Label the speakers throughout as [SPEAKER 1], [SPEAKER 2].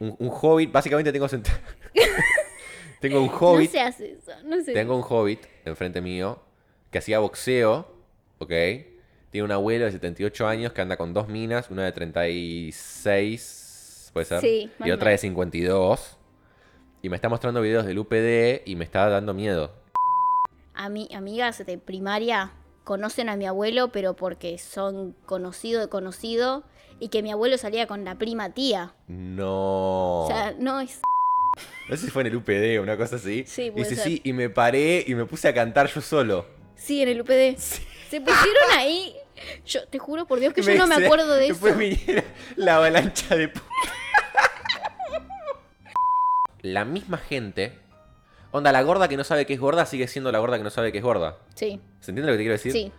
[SPEAKER 1] un, un hobbit. Básicamente tengo sentado. tengo un
[SPEAKER 2] No
[SPEAKER 1] hobbit.
[SPEAKER 2] se hace eso, no sé.
[SPEAKER 1] Tengo un hobbit enfrente mío que hacía boxeo, ¿ok? Tiene un abuelo de 78 años que anda con dos minas, una de 36, puede ser,
[SPEAKER 2] Sí, más
[SPEAKER 1] y
[SPEAKER 2] o
[SPEAKER 1] otra de
[SPEAKER 2] menos.
[SPEAKER 1] 52. Y me está mostrando videos del UPD y me está dando miedo.
[SPEAKER 2] A mi, amigas de primaria conocen a mi abuelo, pero porque son conocido de conocido y que mi abuelo salía con la prima tía.
[SPEAKER 1] No.
[SPEAKER 2] O sea, no es.
[SPEAKER 1] No sé si fue en el UPD o una cosa así.
[SPEAKER 2] Sí,
[SPEAKER 1] y
[SPEAKER 2] puede
[SPEAKER 1] dice,
[SPEAKER 2] ser.
[SPEAKER 1] sí, y me paré y me puse a cantar yo solo.
[SPEAKER 2] Sí, en el UPD. Se pusieron ahí. Yo te juro por Dios que yo no me
[SPEAKER 1] dice-
[SPEAKER 2] acuerdo de eso.
[SPEAKER 1] después viniera la avalancha de pu- La misma gente. Onda, la gorda que no sabe que es gorda sigue siendo la gorda que no sabe que es gorda.
[SPEAKER 2] Sí,
[SPEAKER 1] ¿Se entiende lo que te quiero decir?
[SPEAKER 2] sí.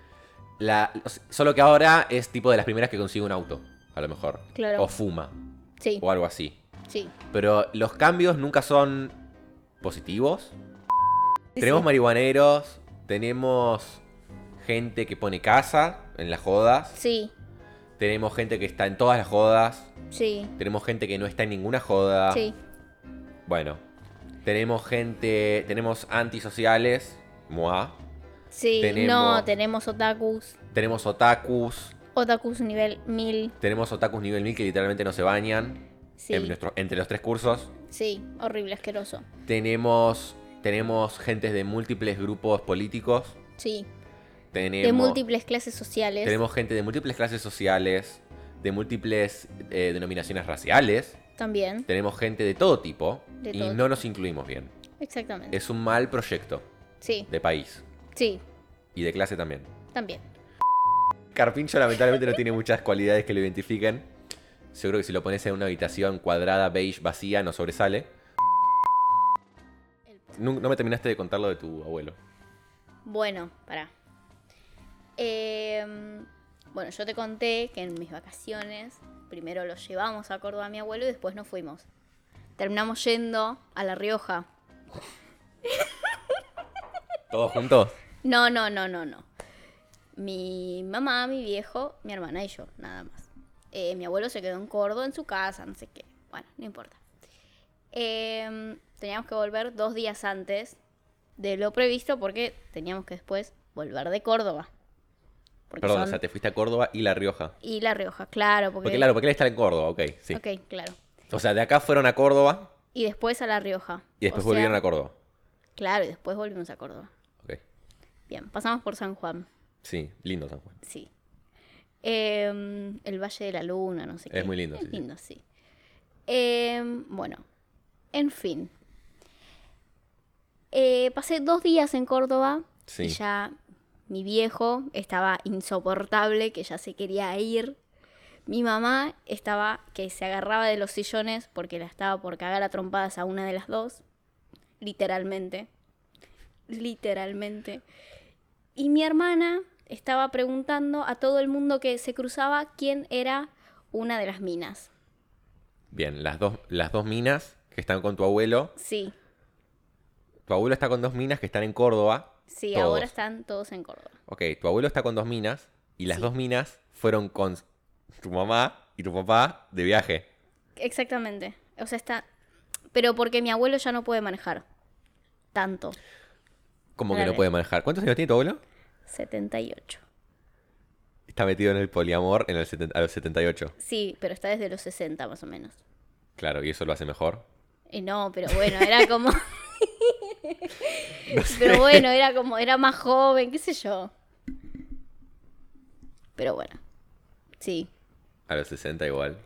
[SPEAKER 1] La- solo que ahora es tipo de las primeras que consigue un auto, a lo mejor.
[SPEAKER 2] Claro.
[SPEAKER 1] O fuma,
[SPEAKER 2] Sí,
[SPEAKER 1] o algo así.
[SPEAKER 2] sí.
[SPEAKER 1] Pero los cambios nunca son positivos.
[SPEAKER 2] Sí,
[SPEAKER 1] tenemos
[SPEAKER 2] sí.
[SPEAKER 1] marihuaneros, tenemos gente que pone casa en las jodas,
[SPEAKER 2] Sí,
[SPEAKER 1] tenemos gente que está en todas las jodas,
[SPEAKER 2] sí,
[SPEAKER 1] tenemos gente que no está en ninguna joda.
[SPEAKER 2] sí.
[SPEAKER 1] Bueno, tenemos gente, tenemos antisociales, moa,
[SPEAKER 2] Sí,
[SPEAKER 1] Tenemos-
[SPEAKER 2] no, tenemos otakus.
[SPEAKER 1] tenemos otakus,
[SPEAKER 2] Otakus nivel 1000.
[SPEAKER 1] tenemos otakus nivel 1000 que literalmente no se bañan
[SPEAKER 2] Sí,
[SPEAKER 1] en nuestro- entre los tres cursos.
[SPEAKER 2] sí, horrible, asqueroso.
[SPEAKER 1] Tenemos tenemos gentes de múltiples grupos políticos,
[SPEAKER 2] Sí,
[SPEAKER 1] tenemos
[SPEAKER 2] de múltiples clases sociales.
[SPEAKER 1] Tenemos gente de múltiples clases sociales, de múltiples eh, denominaciones raciales.
[SPEAKER 2] También,
[SPEAKER 1] Tenemos gente de todo tipo
[SPEAKER 2] De
[SPEAKER 1] y
[SPEAKER 2] todo
[SPEAKER 1] no nos incluimos bien.
[SPEAKER 2] exactamente.
[SPEAKER 1] Es un mal proyecto
[SPEAKER 2] Sí,
[SPEAKER 1] de país
[SPEAKER 2] sí,
[SPEAKER 1] y de clase también.
[SPEAKER 2] también.
[SPEAKER 1] Carpincho lamentablemente no tiene muchas cualidades que lo identifiquen. Seguro que si lo pones en una habitación cuadrada, beige, vacía, no sobresale. No, no me terminaste de contar lo de tu abuelo.
[SPEAKER 2] Bueno, pará. Em, bueno, yo te conté que en mis vacaciones primero lo llevamos a Córdoba a mi abuelo y después nos fuimos. Terminamos yendo a La Rioja.
[SPEAKER 1] ¿Todos juntos?
[SPEAKER 2] No, no, no, no, no. Mi mamá, mi viejo, mi hermana y yo, nada más. Eh, mi abuelo se quedó en Córdoba, en su casa, no sé qué. Bueno, no importa. Em, teníamos que volver dos días antes de lo previsto porque teníamos que después volver de Córdoba. Porque
[SPEAKER 1] Perdón, o
[SPEAKER 2] son-
[SPEAKER 1] sea, te fuiste a Córdoba y La Rioja.
[SPEAKER 2] Y La Rioja, claro. Porque,
[SPEAKER 1] Porque claro, porque él está en Córdoba, ok, sí.
[SPEAKER 2] Ok, claro.
[SPEAKER 1] O sea, de acá fueron a Córdoba
[SPEAKER 2] Y después a La Rioja.
[SPEAKER 1] y después
[SPEAKER 2] O sea,
[SPEAKER 1] volvieron a Córdoba.
[SPEAKER 2] Claro, y después volvimos a Córdoba.
[SPEAKER 1] Ok.
[SPEAKER 2] Bien, pasamos por San Juan.
[SPEAKER 1] Sí, lindo San Juan.
[SPEAKER 2] Sí. Em, el Valle de la Luna, no sé
[SPEAKER 1] Es
[SPEAKER 2] qué.
[SPEAKER 1] muy lindo,
[SPEAKER 2] Es
[SPEAKER 1] sí, sí.
[SPEAKER 2] lindo, sí. Em, bueno, en fin. Eh, pasé dos días en Córdoba
[SPEAKER 1] Sí.
[SPEAKER 2] y ya mi viejo estaba insoportable, que ya se quería ir. Mi mamá estaba que se agarraba de los sillones porque la estaba por cagar a trompadas a una de las dos. Literalmente. Literalmente. Y mi hermana estaba preguntando a todo el mundo que se cruzaba quién era una de las minas.
[SPEAKER 1] Bien, las dos, las dos minas que están con tu abuelo.
[SPEAKER 2] Sí,
[SPEAKER 1] Tu abuelo está con dos minas que están en Córdoba.
[SPEAKER 2] sí,
[SPEAKER 1] Todos.
[SPEAKER 2] ahora están todos en Córdoba.
[SPEAKER 1] Ok, tu abuelo está con dos minas y las
[SPEAKER 2] Sí.
[SPEAKER 1] dos minas fueron con tu mamá y tu papá de viaje.
[SPEAKER 2] Exactamente. O sea, está... Pero porque mi abuelo ya no puede manejar tanto.
[SPEAKER 1] Como que
[SPEAKER 2] Claro.
[SPEAKER 1] no puede manejar. ¿Cuántos años tiene tu abuelo?
[SPEAKER 2] 78.
[SPEAKER 1] Está metido en el poliamor en el seten- a los 78.
[SPEAKER 2] Sí, pero está desde los 60 más o menos.
[SPEAKER 1] Claro, y eso lo hace mejor.
[SPEAKER 2] Y no, pero bueno, era como... Pero bueno, era como, era más joven, qué sé yo. Pero bueno. Sí.
[SPEAKER 1] A los 60 igual.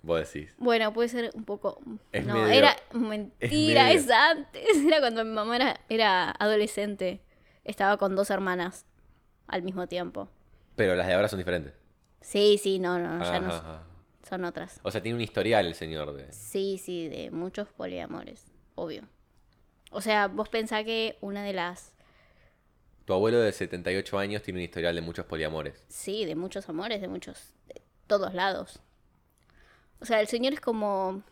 [SPEAKER 1] Vos decís.
[SPEAKER 2] Bueno, puede ser un poco.
[SPEAKER 1] Es
[SPEAKER 2] no,
[SPEAKER 1] medio-
[SPEAKER 2] era mentira,
[SPEAKER 1] es medio.
[SPEAKER 2] es, antes. Era cuando mi mamá era, era adolescente. Estaba con dos hermanas al mismo tiempo.
[SPEAKER 1] Pero las de ahora son diferentes.
[SPEAKER 2] Sí, sí, no, no, ya no.
[SPEAKER 1] Ajá,
[SPEAKER 2] son-
[SPEAKER 1] ajá.
[SPEAKER 2] Son otras.
[SPEAKER 1] O sea, tiene un historial el señor de...
[SPEAKER 2] Sí, sí, de muchos poliamores, obvio. O sea, vos pensás que una de las.
[SPEAKER 1] Tu abuelo de 78 años tiene un historial de muchos poliamores.
[SPEAKER 2] Sí, de muchos amores, de muchos. de todos lados. O sea, el señor es como.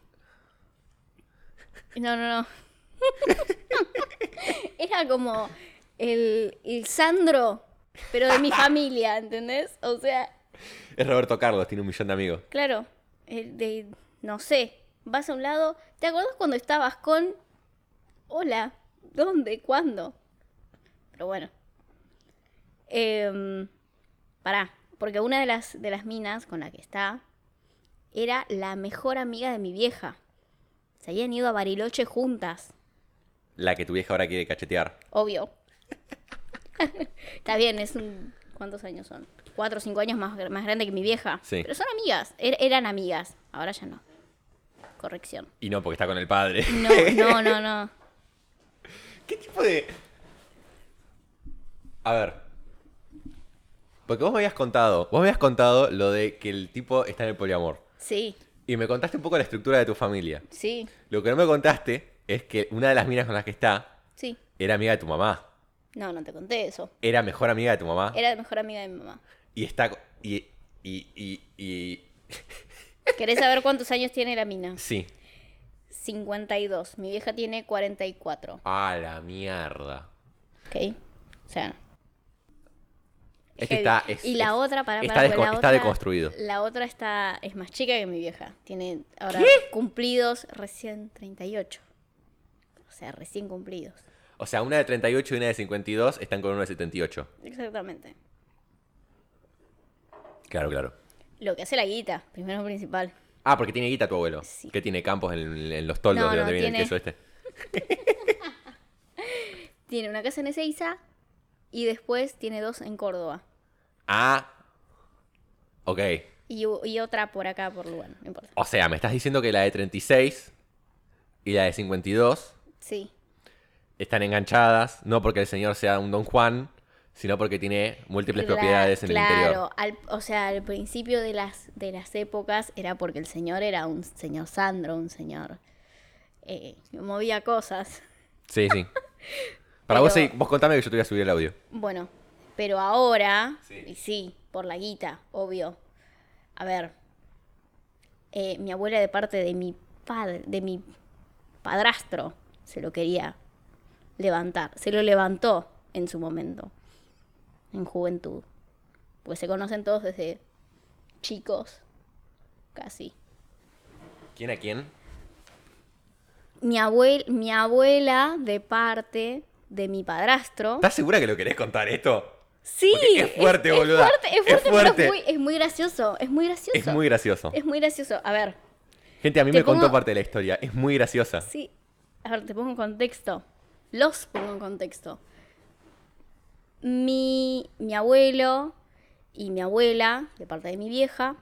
[SPEAKER 2] No, no, no. Era como el, el Sandro, pero de mi familia, ¿entendés? O sea,
[SPEAKER 1] Es Roberto Carlos, tiene un millón de amigos.
[SPEAKER 2] claro, el Eh, de no sé, vas a un lado. ¿Te acuerdas cuando estabas con. Hola, ¿dónde? ¿Cuándo? Pero bueno. Em, pará, porque una de las, de las minas con la que está era la mejor amiga de mi vieja. Se habían ido a Bariloche juntas,
[SPEAKER 1] La que tu vieja ahora quiere cachetear.
[SPEAKER 2] obvio. Está bien, es un. ¿Cuántos años son? Cuatro o cinco años más, gr- más grande que mi vieja.
[SPEAKER 1] Sí.
[SPEAKER 2] Pero son amigas, er- eran amigas, ahora ya no. Corrección.
[SPEAKER 1] Y no, porque está con el padre.
[SPEAKER 2] No, no, no, no.
[SPEAKER 1] ¿Qué tipo de.? A ver. Porque vos me habías contado. Vos me habías contado lo de que el tipo está en el poliamor.
[SPEAKER 2] Sí,
[SPEAKER 1] Y me contaste un poco la estructura de tu familia.
[SPEAKER 2] sí,
[SPEAKER 1] Lo que no me contaste es que una de las minas con las que está
[SPEAKER 2] sí.
[SPEAKER 1] era amiga de tu mamá.
[SPEAKER 2] No, no te conté eso.
[SPEAKER 1] Era mejor amiga de tu mamá.
[SPEAKER 2] Era la mejor amiga de mi mamá.
[SPEAKER 1] Y está. co- Y. Y. Y. y-
[SPEAKER 2] ¿Querés saber cuántos años tiene la mina?
[SPEAKER 1] Sí.
[SPEAKER 2] 52. Mi vieja tiene 44.
[SPEAKER 1] A la mierda.
[SPEAKER 2] ¿Ok? O sea.
[SPEAKER 1] Es que
[SPEAKER 2] heavy.
[SPEAKER 1] está. es-
[SPEAKER 2] y la
[SPEAKER 1] es-
[SPEAKER 2] otra, para,
[SPEAKER 1] está
[SPEAKER 2] para,
[SPEAKER 1] desco-
[SPEAKER 2] la
[SPEAKER 1] está
[SPEAKER 2] otra,
[SPEAKER 1] deconstruido.
[SPEAKER 2] La otra está, es más chica que mi vieja. Tiene ahora cumplidos recién 38. O sea, recién cumplidos.
[SPEAKER 1] O sea, una de 38 y una de 52 están con una de 78.
[SPEAKER 2] Exactamente.
[SPEAKER 1] Claro, claro.
[SPEAKER 2] Lo que hace la guita, primero y principal.
[SPEAKER 1] Ah, porque tiene guita tu abuelo.
[SPEAKER 2] Sí.
[SPEAKER 1] Que tiene campos en, en los toldos
[SPEAKER 2] No,
[SPEAKER 1] de
[SPEAKER 2] no,
[SPEAKER 1] donde viene el
[SPEAKER 2] tiene-
[SPEAKER 1] queso este.
[SPEAKER 2] Tiene una casa en Ezeiza y después tiene dos en Córdoba.
[SPEAKER 1] Ah. Ok.
[SPEAKER 2] Y, u- y otra por acá, por Lugano, no importa.
[SPEAKER 1] O sea, me estás diciendo que la de 36 y la de 52
[SPEAKER 2] Sí,
[SPEAKER 1] están enganchadas, no porque el señor sea un Don Juan, sino porque tiene múltiples
[SPEAKER 2] Cla-
[SPEAKER 1] propiedades en el interior.
[SPEAKER 2] claro, al- o sea, al principio de las, de las épocas era porque el señor era un señor Sandro, un señor eh, que movía cosas.
[SPEAKER 1] Sí, sí. Para vos, sí,
[SPEAKER 2] Pero-
[SPEAKER 1] vos contame que yo te voy a subir el audio.
[SPEAKER 2] Bueno, pero ahora,
[SPEAKER 1] Sí.
[SPEAKER 2] y sí, por la guita, obvio. A ver, eh, mi abuela de parte de mi padre, de mi padrastro, se lo quería levantar, se lo levantó en su momento, en juventud. Pues se conocen todos desde chicos, casi.
[SPEAKER 1] ¿Quién a quién?
[SPEAKER 2] Mi, abuel- mi abuela de parte de mi padrastro.
[SPEAKER 1] ¿Estás segura que lo querés contar esto?
[SPEAKER 2] Sí,
[SPEAKER 1] Porque es fuerte, boluda.
[SPEAKER 2] fuerte, es
[SPEAKER 1] Es
[SPEAKER 2] fuerte, pero
[SPEAKER 1] fuerte.
[SPEAKER 2] es muy, es muy gracioso, es muy gracioso.
[SPEAKER 1] Es muy gracioso.
[SPEAKER 2] Es muy gracioso. A ver,
[SPEAKER 1] Gente, a mí
[SPEAKER 2] Te
[SPEAKER 1] me contó
[SPEAKER 2] pongo-
[SPEAKER 1] parte de la historia. Es muy graciosa.
[SPEAKER 2] sí, a ver, te pongo en contexto. Los pongo en contexto. Mi, mi abuelo y mi abuela, de parte de mi vieja,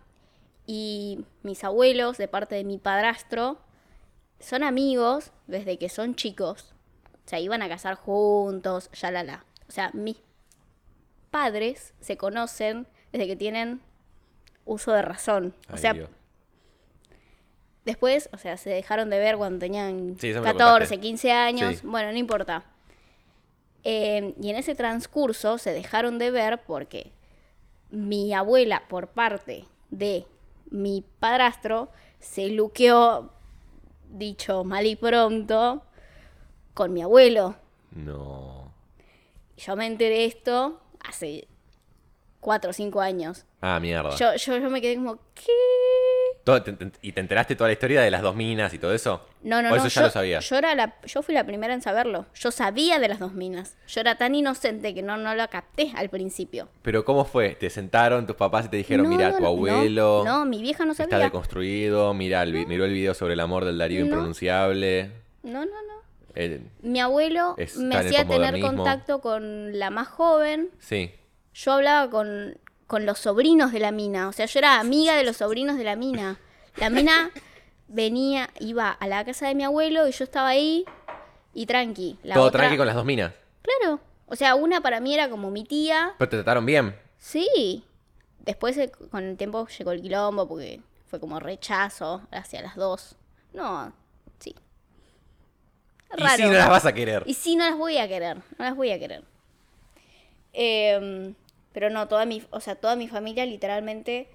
[SPEAKER 2] y mis abuelos, de parte de mi padrastro, son amigos desde que son chicos. O sea, iban a casar juntos, ya la la. O sea, mis padres se conocen desde que tienen uso de razón. O
[SPEAKER 1] Ay,
[SPEAKER 2] sea,
[SPEAKER 1] Dios.
[SPEAKER 2] Después, o sea, se dejaron de ver cuando tenían
[SPEAKER 1] Sí, eso me lo
[SPEAKER 2] 14,
[SPEAKER 1] contaste.
[SPEAKER 2] 15 años.
[SPEAKER 1] Sí.
[SPEAKER 2] Bueno, no importa. Eh, y en ese transcurso se dejaron de ver porque mi abuela, por parte de mi padrastro, se luqueó, dicho mal y pronto, con mi abuelo.
[SPEAKER 1] No.
[SPEAKER 2] Yo me enteré de esto hace 4 o 5 años.
[SPEAKER 1] Ah, mierda.
[SPEAKER 2] Yo, yo, yo me quedé como, ¿qué?
[SPEAKER 1] Todo- te- te- ¿Y te enteraste toda la historia de las dos minas y todo eso?
[SPEAKER 2] No, no,
[SPEAKER 1] O
[SPEAKER 2] no.
[SPEAKER 1] eso ya
[SPEAKER 2] yo,
[SPEAKER 1] lo sabías.
[SPEAKER 2] Yo, era la, yo fui la primera en saberlo. Yo sabía de las dos minas. Yo era tan inocente que no, no lo capté al principio.
[SPEAKER 1] Pero ¿cómo fue? ¿Te sentaron tus papás y te dijeron,
[SPEAKER 2] No,
[SPEAKER 1] mira,
[SPEAKER 2] no,
[SPEAKER 1] tu
[SPEAKER 2] no,
[SPEAKER 1] abuelo
[SPEAKER 2] No, mi vieja no
[SPEAKER 1] está
[SPEAKER 2] sabía.
[SPEAKER 1] deconstruido, mira, el vi- miró el video sobre el amor del Darío
[SPEAKER 2] No.
[SPEAKER 1] impronunciable?
[SPEAKER 2] No, no, no.
[SPEAKER 1] eh,
[SPEAKER 2] Mi abuelo
[SPEAKER 1] Es-
[SPEAKER 2] me
[SPEAKER 1] está en el
[SPEAKER 2] hacía tener
[SPEAKER 1] posmodernismo.
[SPEAKER 2] contacto con la más joven.
[SPEAKER 1] sí.
[SPEAKER 2] Yo hablaba con, con los sobrinos de la mina. O sea, yo era amiga de los sobrinos de la mina. La mina venía, iba a la casa de mi abuelo y yo estaba ahí y tranqui. La
[SPEAKER 1] Todo
[SPEAKER 2] otra-
[SPEAKER 1] tranqui con las dos minas.
[SPEAKER 2] Claro. O sea, una para mí era como mi tía
[SPEAKER 1] Pero te trataron bien.
[SPEAKER 2] Sí. Después eh, con el tiempo llegó el quilombo porque fue como rechazo hacia las dos. No, sí.
[SPEAKER 1] Y si no las vas a querer.
[SPEAKER 2] Y sí, no las voy a querer. No las voy a querer. Em, pero no, toda mi, o sea, toda mi familia literalmente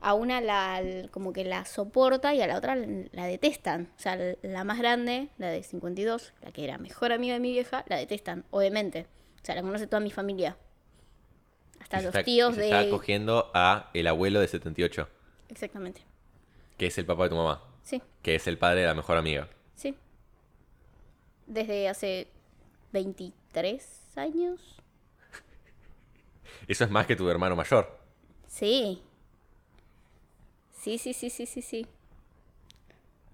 [SPEAKER 2] a una la l- como que la soporta y a la otra la, la detestan. O sea, l- la más grande, la de 52, la que era mejor amiga de mi vieja, la detestan, obviamente. O sea, la conoce toda mi familia. Hasta
[SPEAKER 1] Y se
[SPEAKER 2] los
[SPEAKER 1] está- y
[SPEAKER 2] tíos
[SPEAKER 1] se
[SPEAKER 2] de...
[SPEAKER 1] Está cogiendo a el abuelo de 78,
[SPEAKER 2] Exactamente.
[SPEAKER 1] que es el papá de tu mamá.
[SPEAKER 2] Sí,
[SPEAKER 1] que es el padre de la mejor amiga.
[SPEAKER 2] sí. Desde hace 23 años.
[SPEAKER 1] Eso es más que tu hermano mayor.
[SPEAKER 2] Sí. Sí, sí, sí, sí, sí, sí.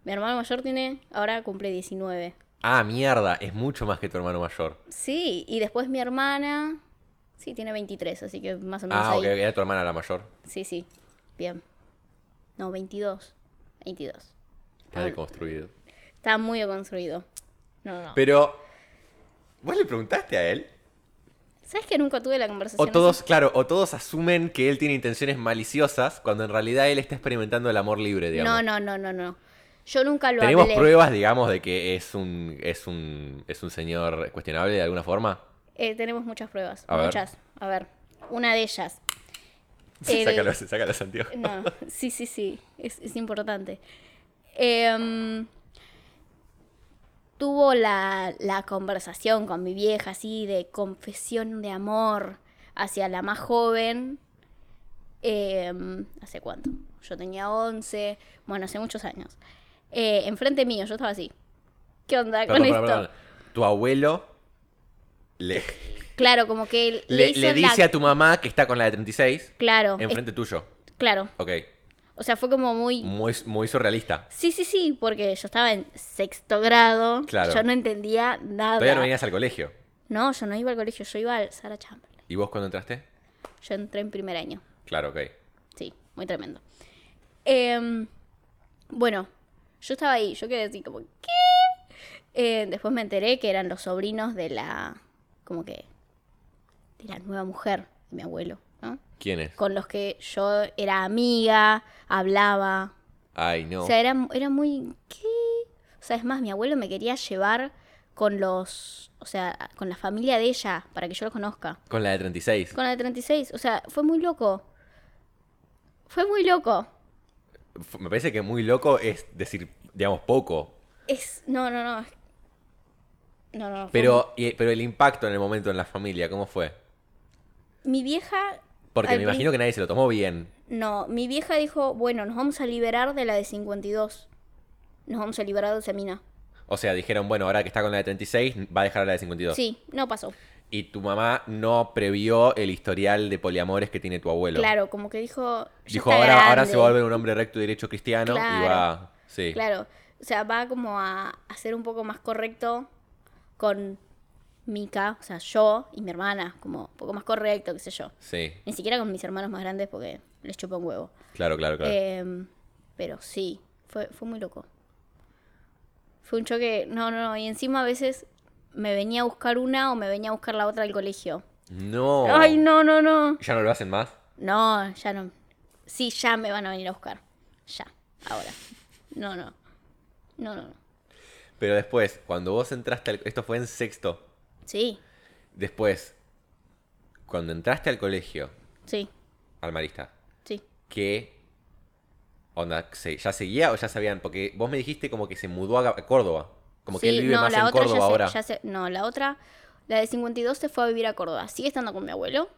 [SPEAKER 2] Mi hermano mayor tiene, ahora cumple 19.
[SPEAKER 1] Ah, mierda, es mucho más que tu hermano mayor.
[SPEAKER 2] Sí, y después mi hermana, sí, tiene 23, así que más o menos
[SPEAKER 1] Ah,
[SPEAKER 2] ahí.
[SPEAKER 1] ok, era tu hermana la mayor.
[SPEAKER 2] Sí, sí, bien. No, 22. 22.
[SPEAKER 1] Está deconstruido.
[SPEAKER 2] Está muy construido. No, no.
[SPEAKER 1] Pero, ¿vos le preguntaste a él?
[SPEAKER 2] ¿Sabes que nunca tuve la conversación?
[SPEAKER 1] O
[SPEAKER 2] esa?
[SPEAKER 1] todos, claro, o todos asumen que él tiene intenciones maliciosas cuando en realidad él está experimentando el amor libre, digamos.
[SPEAKER 2] No, no, no, no, no. Yo nunca lo
[SPEAKER 1] ¿Tenemos
[SPEAKER 2] hablé.
[SPEAKER 1] pruebas, digamos, de que es un, es un, es un señor cuestionable de alguna forma?
[SPEAKER 2] Eh, tenemos muchas pruebas.
[SPEAKER 1] A ver.
[SPEAKER 2] muchas. A ver. Una de ellas.
[SPEAKER 1] Sí,
[SPEAKER 2] El-
[SPEAKER 1] sácalo, sácalo, Santiago.
[SPEAKER 2] No, sí, sí, sí. Es, es importante. Em, tuvo la, la conversación con mi vieja, así, de confesión de amor hacia la más joven. Em, ¿Hace cuánto? Yo tenía 11, bueno, hace muchos años. Eh, enfrente mío, yo estaba así. ¿Qué onda
[SPEAKER 1] Perdón,
[SPEAKER 2] con
[SPEAKER 1] perdón,
[SPEAKER 2] esto?
[SPEAKER 1] perdón. Tu abuelo le,
[SPEAKER 2] Claro, como que él
[SPEAKER 1] le-
[SPEAKER 2] hizo
[SPEAKER 1] le
[SPEAKER 2] la-
[SPEAKER 1] dice a tu mamá que está con la de 36
[SPEAKER 2] Claro, es-
[SPEAKER 1] enfrente tuyo.
[SPEAKER 2] claro.
[SPEAKER 1] Ok.
[SPEAKER 2] O sea, fue como muy...
[SPEAKER 1] Muy, muy surrealista.
[SPEAKER 2] Sí, sí, sí, porque yo estaba en sexto grado.
[SPEAKER 1] Claro.
[SPEAKER 2] Yo no entendía nada.
[SPEAKER 1] Todavía no venías al colegio.
[SPEAKER 2] No, yo no iba al colegio, yo iba al Sarah Chamberlain.
[SPEAKER 1] ¿Y vos cuando entraste?
[SPEAKER 2] Yo entré en primer año.
[SPEAKER 1] Claro, ok.
[SPEAKER 2] Sí, muy tremendo. Em, bueno, yo estaba ahí, yo quedé así como, ¿qué? Eh, después me enteré que eran los sobrinos de la, como que, de la nueva mujer de mi abuelo, ¿no?
[SPEAKER 1] ¿Quién es?
[SPEAKER 2] Con los que yo era amiga, hablaba,
[SPEAKER 1] Ay, no.
[SPEAKER 2] O sea, era, era muy... ¿Qué? O sea, es más, mi abuelo me quería llevar con los... O sea, con la familia de ella, para que yo lo conozca.
[SPEAKER 1] Con la de 36.
[SPEAKER 2] Con la de 36. O sea, fue muy loco. Fue muy loco.
[SPEAKER 1] F- Me parece que muy loco es decir, digamos, poco.
[SPEAKER 2] Es... No, no, no. No, no. fue
[SPEAKER 1] Pero, y- pero el impacto en el momento en la familia, ¿cómo fue?
[SPEAKER 2] muy- Mi vieja...
[SPEAKER 1] Porque
[SPEAKER 2] al
[SPEAKER 1] me imagino que nadie se lo tomó bien.
[SPEAKER 2] prin- No, mi vieja dijo, bueno, nos vamos a liberar de la de 52. Nos vamos a liberar de esa mina.
[SPEAKER 1] O sea, dijeron, bueno, ahora que está con la de 36, va a dejar a la de 52.
[SPEAKER 2] Sí, no pasó.
[SPEAKER 1] Y tu mamá no previó el historial de poliamores que tiene tu abuelo.
[SPEAKER 2] Claro, como que dijo... "Ya
[SPEAKER 1] Dijo,
[SPEAKER 2] está
[SPEAKER 1] ahora, ahora se va a
[SPEAKER 2] grande".
[SPEAKER 1] volver un hombre recto y derecho cristiano y
[SPEAKER 2] Claro.
[SPEAKER 1] va. Sí.
[SPEAKER 2] Claro, o sea, va como a, a ser un poco más correcto con Mika, o sea, yo y mi hermana, como un poco más correcto, qué sé yo.
[SPEAKER 1] Sí.
[SPEAKER 2] Ni siquiera con mis hermanos más grandes porque les chupa un huevo.
[SPEAKER 1] Claro, claro, claro.
[SPEAKER 2] Em, pero sí, fue, fue muy loco. Fue un choque, no, no, no, y encima a veces me venía a buscar una o me venía a buscar la otra del colegio.
[SPEAKER 1] No.
[SPEAKER 2] Ay, no, no, no.
[SPEAKER 1] ¿Ya no lo hacen más?
[SPEAKER 2] No, ya no. Sí, ya me van a venir a buscar. Ya, ahora. No, no. No, no, no.
[SPEAKER 1] Pero después, cuando vos entraste al... Esto fue en sexto.
[SPEAKER 2] Sí,
[SPEAKER 1] Después, cuando entraste al colegio,
[SPEAKER 2] sí,
[SPEAKER 1] al marista,
[SPEAKER 2] sí.
[SPEAKER 1] que... Onda, ¿se- ¿ya seguía o ya sabían? Porque vos me dijiste como que se mudó a a Córdoba. Como que
[SPEAKER 2] Sí,
[SPEAKER 1] él vive más en
[SPEAKER 2] otra ya
[SPEAKER 1] Córdoba
[SPEAKER 2] se-
[SPEAKER 1] ahora.
[SPEAKER 2] ya se- no, la otra, la de 52 se fue a vivir a Córdoba. Sigue estando con mi abuelo,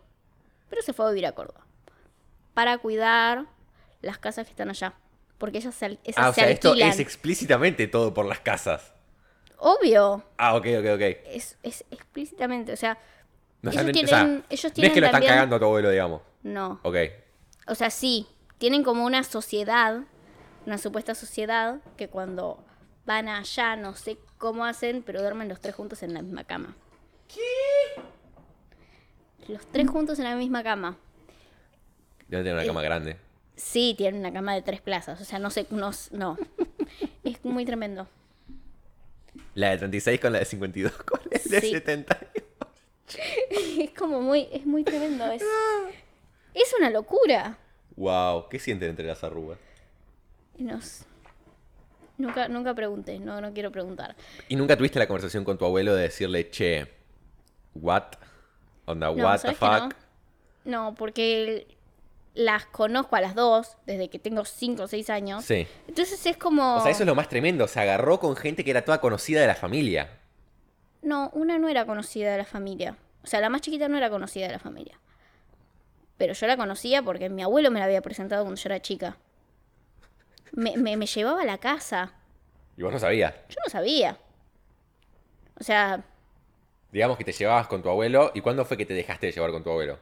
[SPEAKER 2] pero se fue a vivir a Córdoba. Para cuidar las casas que están allá. Porque ellas se, al- esas
[SPEAKER 1] ah, o
[SPEAKER 2] se
[SPEAKER 1] sea, esto
[SPEAKER 2] alquilan.
[SPEAKER 1] es explícitamente todo por las casas.
[SPEAKER 2] Obvio.
[SPEAKER 1] Ah, ok, ok, ok.
[SPEAKER 2] Es, es explícitamente, o sea,
[SPEAKER 1] No, o sea,
[SPEAKER 2] Ellos
[SPEAKER 1] no- o
[SPEAKER 2] tienen-
[SPEAKER 1] sea,
[SPEAKER 2] ellos
[SPEAKER 1] no es que
[SPEAKER 2] tienen
[SPEAKER 1] lo están
[SPEAKER 2] también-
[SPEAKER 1] cagando a tu abuelo, digamos.
[SPEAKER 2] no.
[SPEAKER 1] Ok.
[SPEAKER 2] O sea, sí, tienen como una sociedad, una supuesta sociedad, que cuando van allá, no sé cómo hacen, pero duermen los tres juntos en la misma cama. ¿Qué? Los tres juntos en la misma cama.
[SPEAKER 1] Deben
[SPEAKER 2] Eh,
[SPEAKER 1] tener una cama grande.
[SPEAKER 2] Sí, tienen una cama de tres plazas, o sea, no sé, no. s- no. es muy tremendo.
[SPEAKER 1] La de 36 con la de 52 con la de
[SPEAKER 2] Sí.
[SPEAKER 1] 70.
[SPEAKER 2] Es como muy, es muy tremendo. Es, es una locura.
[SPEAKER 1] Wow, ¿qué sienten entre las arrugas?
[SPEAKER 2] Y Nos, nunca, nunca pregunté, no, no quiero preguntar.
[SPEAKER 1] ¿Y nunca tuviste la conversación con tu abuelo de decirle, che, what? Onda,
[SPEAKER 2] No,
[SPEAKER 1] what the
[SPEAKER 2] ¿sabes que no?
[SPEAKER 1] fuck?
[SPEAKER 2] No, porque el- las conozco a las dos desde que tengo 5 o 6 años.
[SPEAKER 1] Sí.
[SPEAKER 2] Entonces es como...
[SPEAKER 1] O sea, eso es lo más tremendo. Se agarró con gente que era toda conocida de la familia.
[SPEAKER 2] No, una no era conocida de la familia. O sea, la más chiquita no era conocida de la familia. Pero yo la conocía porque mi abuelo me la había presentado cuando yo era chica. me, me- me llevaba a la casa.
[SPEAKER 1] Y vos no sabías.
[SPEAKER 2] Yo no sabía. O sea,
[SPEAKER 1] Digamos que te llevabas con tu abuelo. ¿Y cuándo fue que te dejaste de llevar con tu abuelo?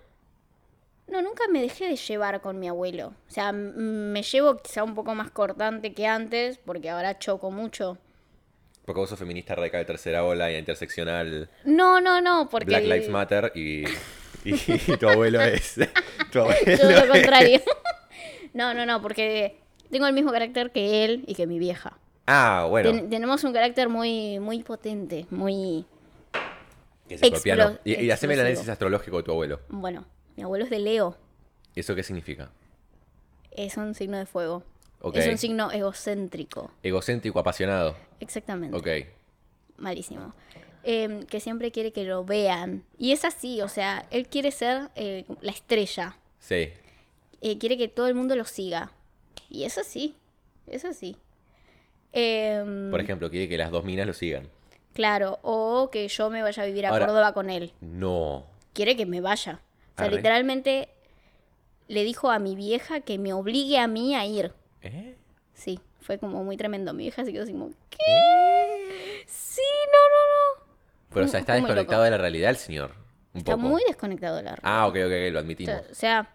[SPEAKER 2] no, nunca me dejé de llevar con mi abuelo. O sea, m- me llevo quizá un poco más cortante que antes, porque ahora choco mucho.
[SPEAKER 1] Porque vos sos feminista radical de tercera ola y interseccional
[SPEAKER 2] No, no, no, porque...
[SPEAKER 1] Black Lives Matter y, y- y tu abuelo es. Tu abuelo
[SPEAKER 2] Todo lo
[SPEAKER 1] es-
[SPEAKER 2] contrario. no, no, no, porque tengo el mismo carácter que él y que mi vieja.
[SPEAKER 1] Ah, bueno.
[SPEAKER 2] Ten- tenemos un carácter muy, muy potente, muy...
[SPEAKER 1] que es escorpiano.
[SPEAKER 2] Explo-
[SPEAKER 1] Y, y haceme el
[SPEAKER 2] explosivo.
[SPEAKER 1] análisis astrológico de tu abuelo.
[SPEAKER 2] Bueno, mi abuelo es de Leo,
[SPEAKER 1] ¿Eso qué significa?
[SPEAKER 2] es un signo de fuego.
[SPEAKER 1] Ok.
[SPEAKER 2] Es un signo egocéntrico,
[SPEAKER 1] Egocéntrico, apasionado.
[SPEAKER 2] exactamente.
[SPEAKER 1] Ok.
[SPEAKER 2] Malísimo. Em, que siempre quiere que lo vean. Y es así, o sea, él quiere ser eh, la estrella.
[SPEAKER 1] Sí.
[SPEAKER 2] eh, quiere que todo el mundo lo siga. Y es así, es así. Em,
[SPEAKER 1] Por ejemplo, quiere que las dos minas lo sigan.
[SPEAKER 2] Claro, o que yo me vaya a vivir a
[SPEAKER 1] Ahora-
[SPEAKER 2] Córdoba con él.
[SPEAKER 1] No.
[SPEAKER 2] Quiere que me vaya. O sea,
[SPEAKER 1] Arre.
[SPEAKER 2] literalmente le dijo a mi vieja que me obligue a mí a ir.
[SPEAKER 1] ¿Eh?
[SPEAKER 2] Sí, fue como muy tremendo. Mi vieja se quedó así como, ¿qué?
[SPEAKER 1] ¿Eh?
[SPEAKER 2] Sí, no, no, no.
[SPEAKER 1] Pero, o sea, está
[SPEAKER 2] Fue muy
[SPEAKER 1] desconectado
[SPEAKER 2] loco.
[SPEAKER 1] de la realidad el señor. Un
[SPEAKER 2] Está
[SPEAKER 1] poco.
[SPEAKER 2] muy desconectado de la realidad.
[SPEAKER 1] Ah, ok, ok, ok, lo
[SPEAKER 2] O
[SPEAKER 1] admitimos.
[SPEAKER 2] sea, o sea,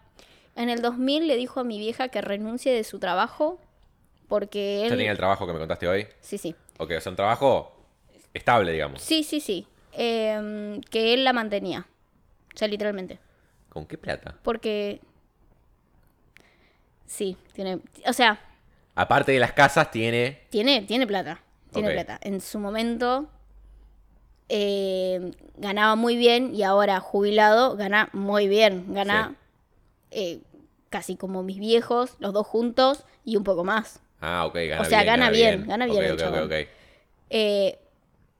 [SPEAKER 2] en el 2000 le dijo a mi vieja que renuncie de su trabajo porque él...
[SPEAKER 1] ¿Ya tenía el trabajo que me contaste hoy?
[SPEAKER 2] Sí, sí.
[SPEAKER 1] Ok, o sea, un trabajo estable, digamos.
[SPEAKER 2] Sí, sí, sí. Em, que él la mantenía. O sea, literalmente.
[SPEAKER 1] ¿Con qué plata?
[SPEAKER 2] Porque. Sí, tiene. O sea,
[SPEAKER 1] Aparte de las casas, tiene.
[SPEAKER 2] tiene, tiene plata. Tiene
[SPEAKER 1] Ok.
[SPEAKER 2] plata. En su momento eh, ganaba muy bien y ahora jubilado gana muy bien. Gana eh, casi como mis viejos, los dos juntos y un poco más.
[SPEAKER 1] Ah, ok, gana bien.
[SPEAKER 2] O sea, gana bien, gana bien el
[SPEAKER 1] Ok, ok,
[SPEAKER 2] chabón.
[SPEAKER 1] ok, ok.
[SPEAKER 2] Eh,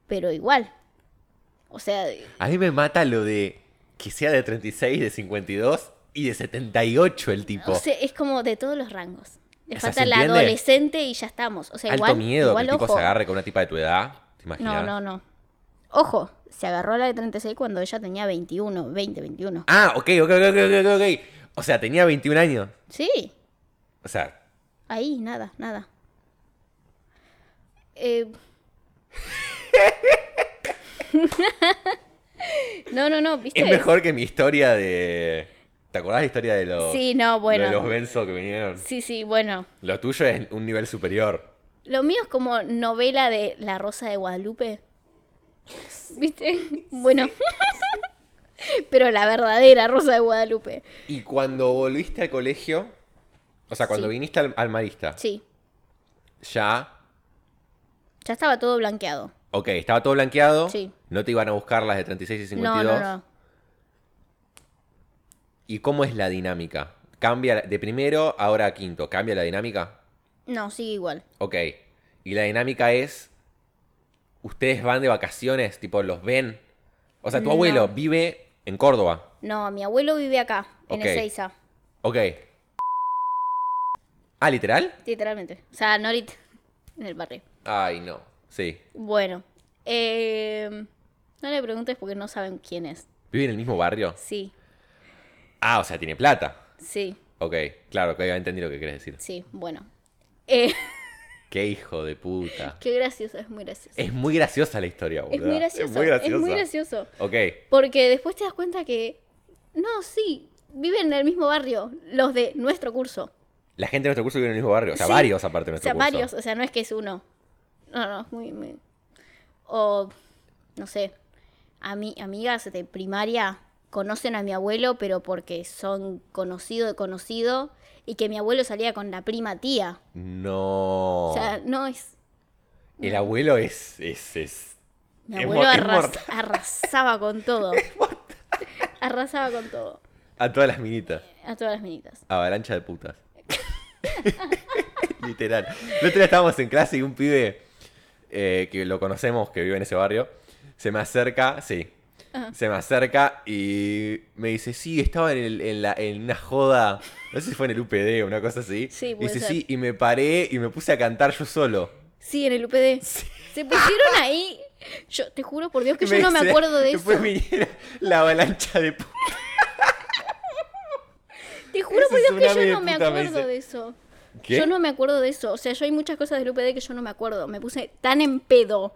[SPEAKER 2] pero igual. O sea,
[SPEAKER 1] A mí me mata lo de que sea de 36, de 52 y de 78 el tipo.
[SPEAKER 2] o sea, es como de todos los rangos. Le
[SPEAKER 1] O sea,
[SPEAKER 2] falta
[SPEAKER 1] ¿se
[SPEAKER 2] la
[SPEAKER 1] entiende?
[SPEAKER 2] adolescente y ya estamos. O sea,
[SPEAKER 1] Alto
[SPEAKER 2] igual,
[SPEAKER 1] miedo
[SPEAKER 2] igual
[SPEAKER 1] que el tipo
[SPEAKER 2] ojo.
[SPEAKER 1] se agarre con una tipa de tu edad. ¿Te imaginas?
[SPEAKER 2] No, no, no. Ojo, se agarró a la de 36 cuando ella tenía 21, 20, 21.
[SPEAKER 1] Ah, ok, ok, ok, ok, ok, ok. O sea, tenía 21 años.
[SPEAKER 2] Sí,
[SPEAKER 1] O sea,
[SPEAKER 2] ahí, nada, nada. Eh, no, no, no, ¿viste?
[SPEAKER 1] es mejor que mi historia de. ¿Te acordás la historia de los.
[SPEAKER 2] Sí, no,
[SPEAKER 1] lo
[SPEAKER 2] bueno.
[SPEAKER 1] de los Benzo que vinieron?
[SPEAKER 2] Sí, sí, bueno.
[SPEAKER 1] Lo tuyo es un nivel superior.
[SPEAKER 2] Lo mío es como novela de La Rosa de Guadalupe. ¿Viste? Bueno. Pero la verdadera Rosa de Guadalupe.
[SPEAKER 1] Y cuando volviste al colegio, o sea, cuando
[SPEAKER 2] Sí.
[SPEAKER 1] viniste al, al marista,
[SPEAKER 2] Sí,
[SPEAKER 1] ya,
[SPEAKER 2] ya estaba todo blanqueado.
[SPEAKER 1] ok, estaba todo blanqueado,
[SPEAKER 2] Sí.
[SPEAKER 1] no te iban a buscar las de 36 y 52.
[SPEAKER 2] No, no, no.
[SPEAKER 1] ¿Y cómo es la dinámica? ¿Cambia la- de primero ahora a quinto? ¿Cambia la dinámica?
[SPEAKER 2] No, sigue igual.
[SPEAKER 1] Ok. Y la dinámica es, ustedes van de vacaciones, tipo, los ven. O sea, tu
[SPEAKER 2] No.
[SPEAKER 1] abuelo vive en Córdoba.
[SPEAKER 2] No, mi abuelo vive acá, en
[SPEAKER 1] Ok.
[SPEAKER 2] Ezeiza,
[SPEAKER 1] Ok. Ah, literal?
[SPEAKER 2] literalmente. O sea, no lit- en el barrio.
[SPEAKER 1] Ay, no. Sí.
[SPEAKER 2] Bueno, eh, no le preguntes porque no saben quién es.
[SPEAKER 1] ¿Vive en el mismo barrio?
[SPEAKER 2] Sí,
[SPEAKER 1] Ah, o sea, tiene plata.
[SPEAKER 2] sí,
[SPEAKER 1] Ok, claro, que ya entendí lo que querés decir.
[SPEAKER 2] sí, bueno. Eh,
[SPEAKER 1] Qué hijo de puta.
[SPEAKER 2] qué gracioso, es muy gracioso.
[SPEAKER 1] Es muy graciosa la historia, boludo.
[SPEAKER 2] Es muy gracioso, es muy gracioso.
[SPEAKER 1] Ok,
[SPEAKER 2] Porque después te das cuenta que, no, sí, viven en el mismo barrio, los de nuestro curso.
[SPEAKER 1] la gente de nuestro curso vive en el mismo barrio. O sea,
[SPEAKER 2] Sí.
[SPEAKER 1] varios aparte de nuestro
[SPEAKER 2] o sea,
[SPEAKER 1] curso.
[SPEAKER 2] varios, o sea, no es que es uno. No, no, es muy, muy- O, no sé, a mi, amigas de primaria conocen a mi abuelo, pero porque son conocido de conocido, y que mi abuelo salía con la prima tía.
[SPEAKER 1] No.
[SPEAKER 2] O
[SPEAKER 1] Oh.
[SPEAKER 2] sea, no es...
[SPEAKER 1] el abuelo es. es, es-
[SPEAKER 2] Mi
[SPEAKER 1] Es
[SPEAKER 2] abuelo
[SPEAKER 1] mor- es
[SPEAKER 2] arras-
[SPEAKER 1] mortal.
[SPEAKER 2] arrasaba con todo. Arrasaba con todo.
[SPEAKER 1] A todas las minitas.
[SPEAKER 2] A todas las minitas.
[SPEAKER 1] Avalancha de putas. Literal. El otro día estábamos en clase y un pibe eh, que lo conocemos, que vive en ese barrio, se me acerca, sí, se me acerca y me dice, sí, estaba en, el- en la- en una joda, no sé si fue en el UPD o una cosa así.
[SPEAKER 2] Sí,
[SPEAKER 1] Y
[SPEAKER 2] puede
[SPEAKER 1] dice,
[SPEAKER 2] ser.
[SPEAKER 1] sí, y me paré y me puse a cantar yo solo.
[SPEAKER 2] Sí, en el UPD. Se pusieron ahí. Yo te juro por Dios que yo no me
[SPEAKER 1] dice-
[SPEAKER 2] acuerdo de eso.
[SPEAKER 1] Después viniera la avalancha de putas.
[SPEAKER 2] Te juro
[SPEAKER 1] Ese
[SPEAKER 2] por Dios que
[SPEAKER 1] tsunami
[SPEAKER 2] yo
[SPEAKER 1] de
[SPEAKER 2] no me
[SPEAKER 1] puta me
[SPEAKER 2] acuerdo
[SPEAKER 1] dice.
[SPEAKER 2] de eso.
[SPEAKER 1] ¿Qué?
[SPEAKER 2] Yo no me acuerdo de eso. O sea, yo hay muchas cosas del UPD que yo no me acuerdo. Me puse tan en pedo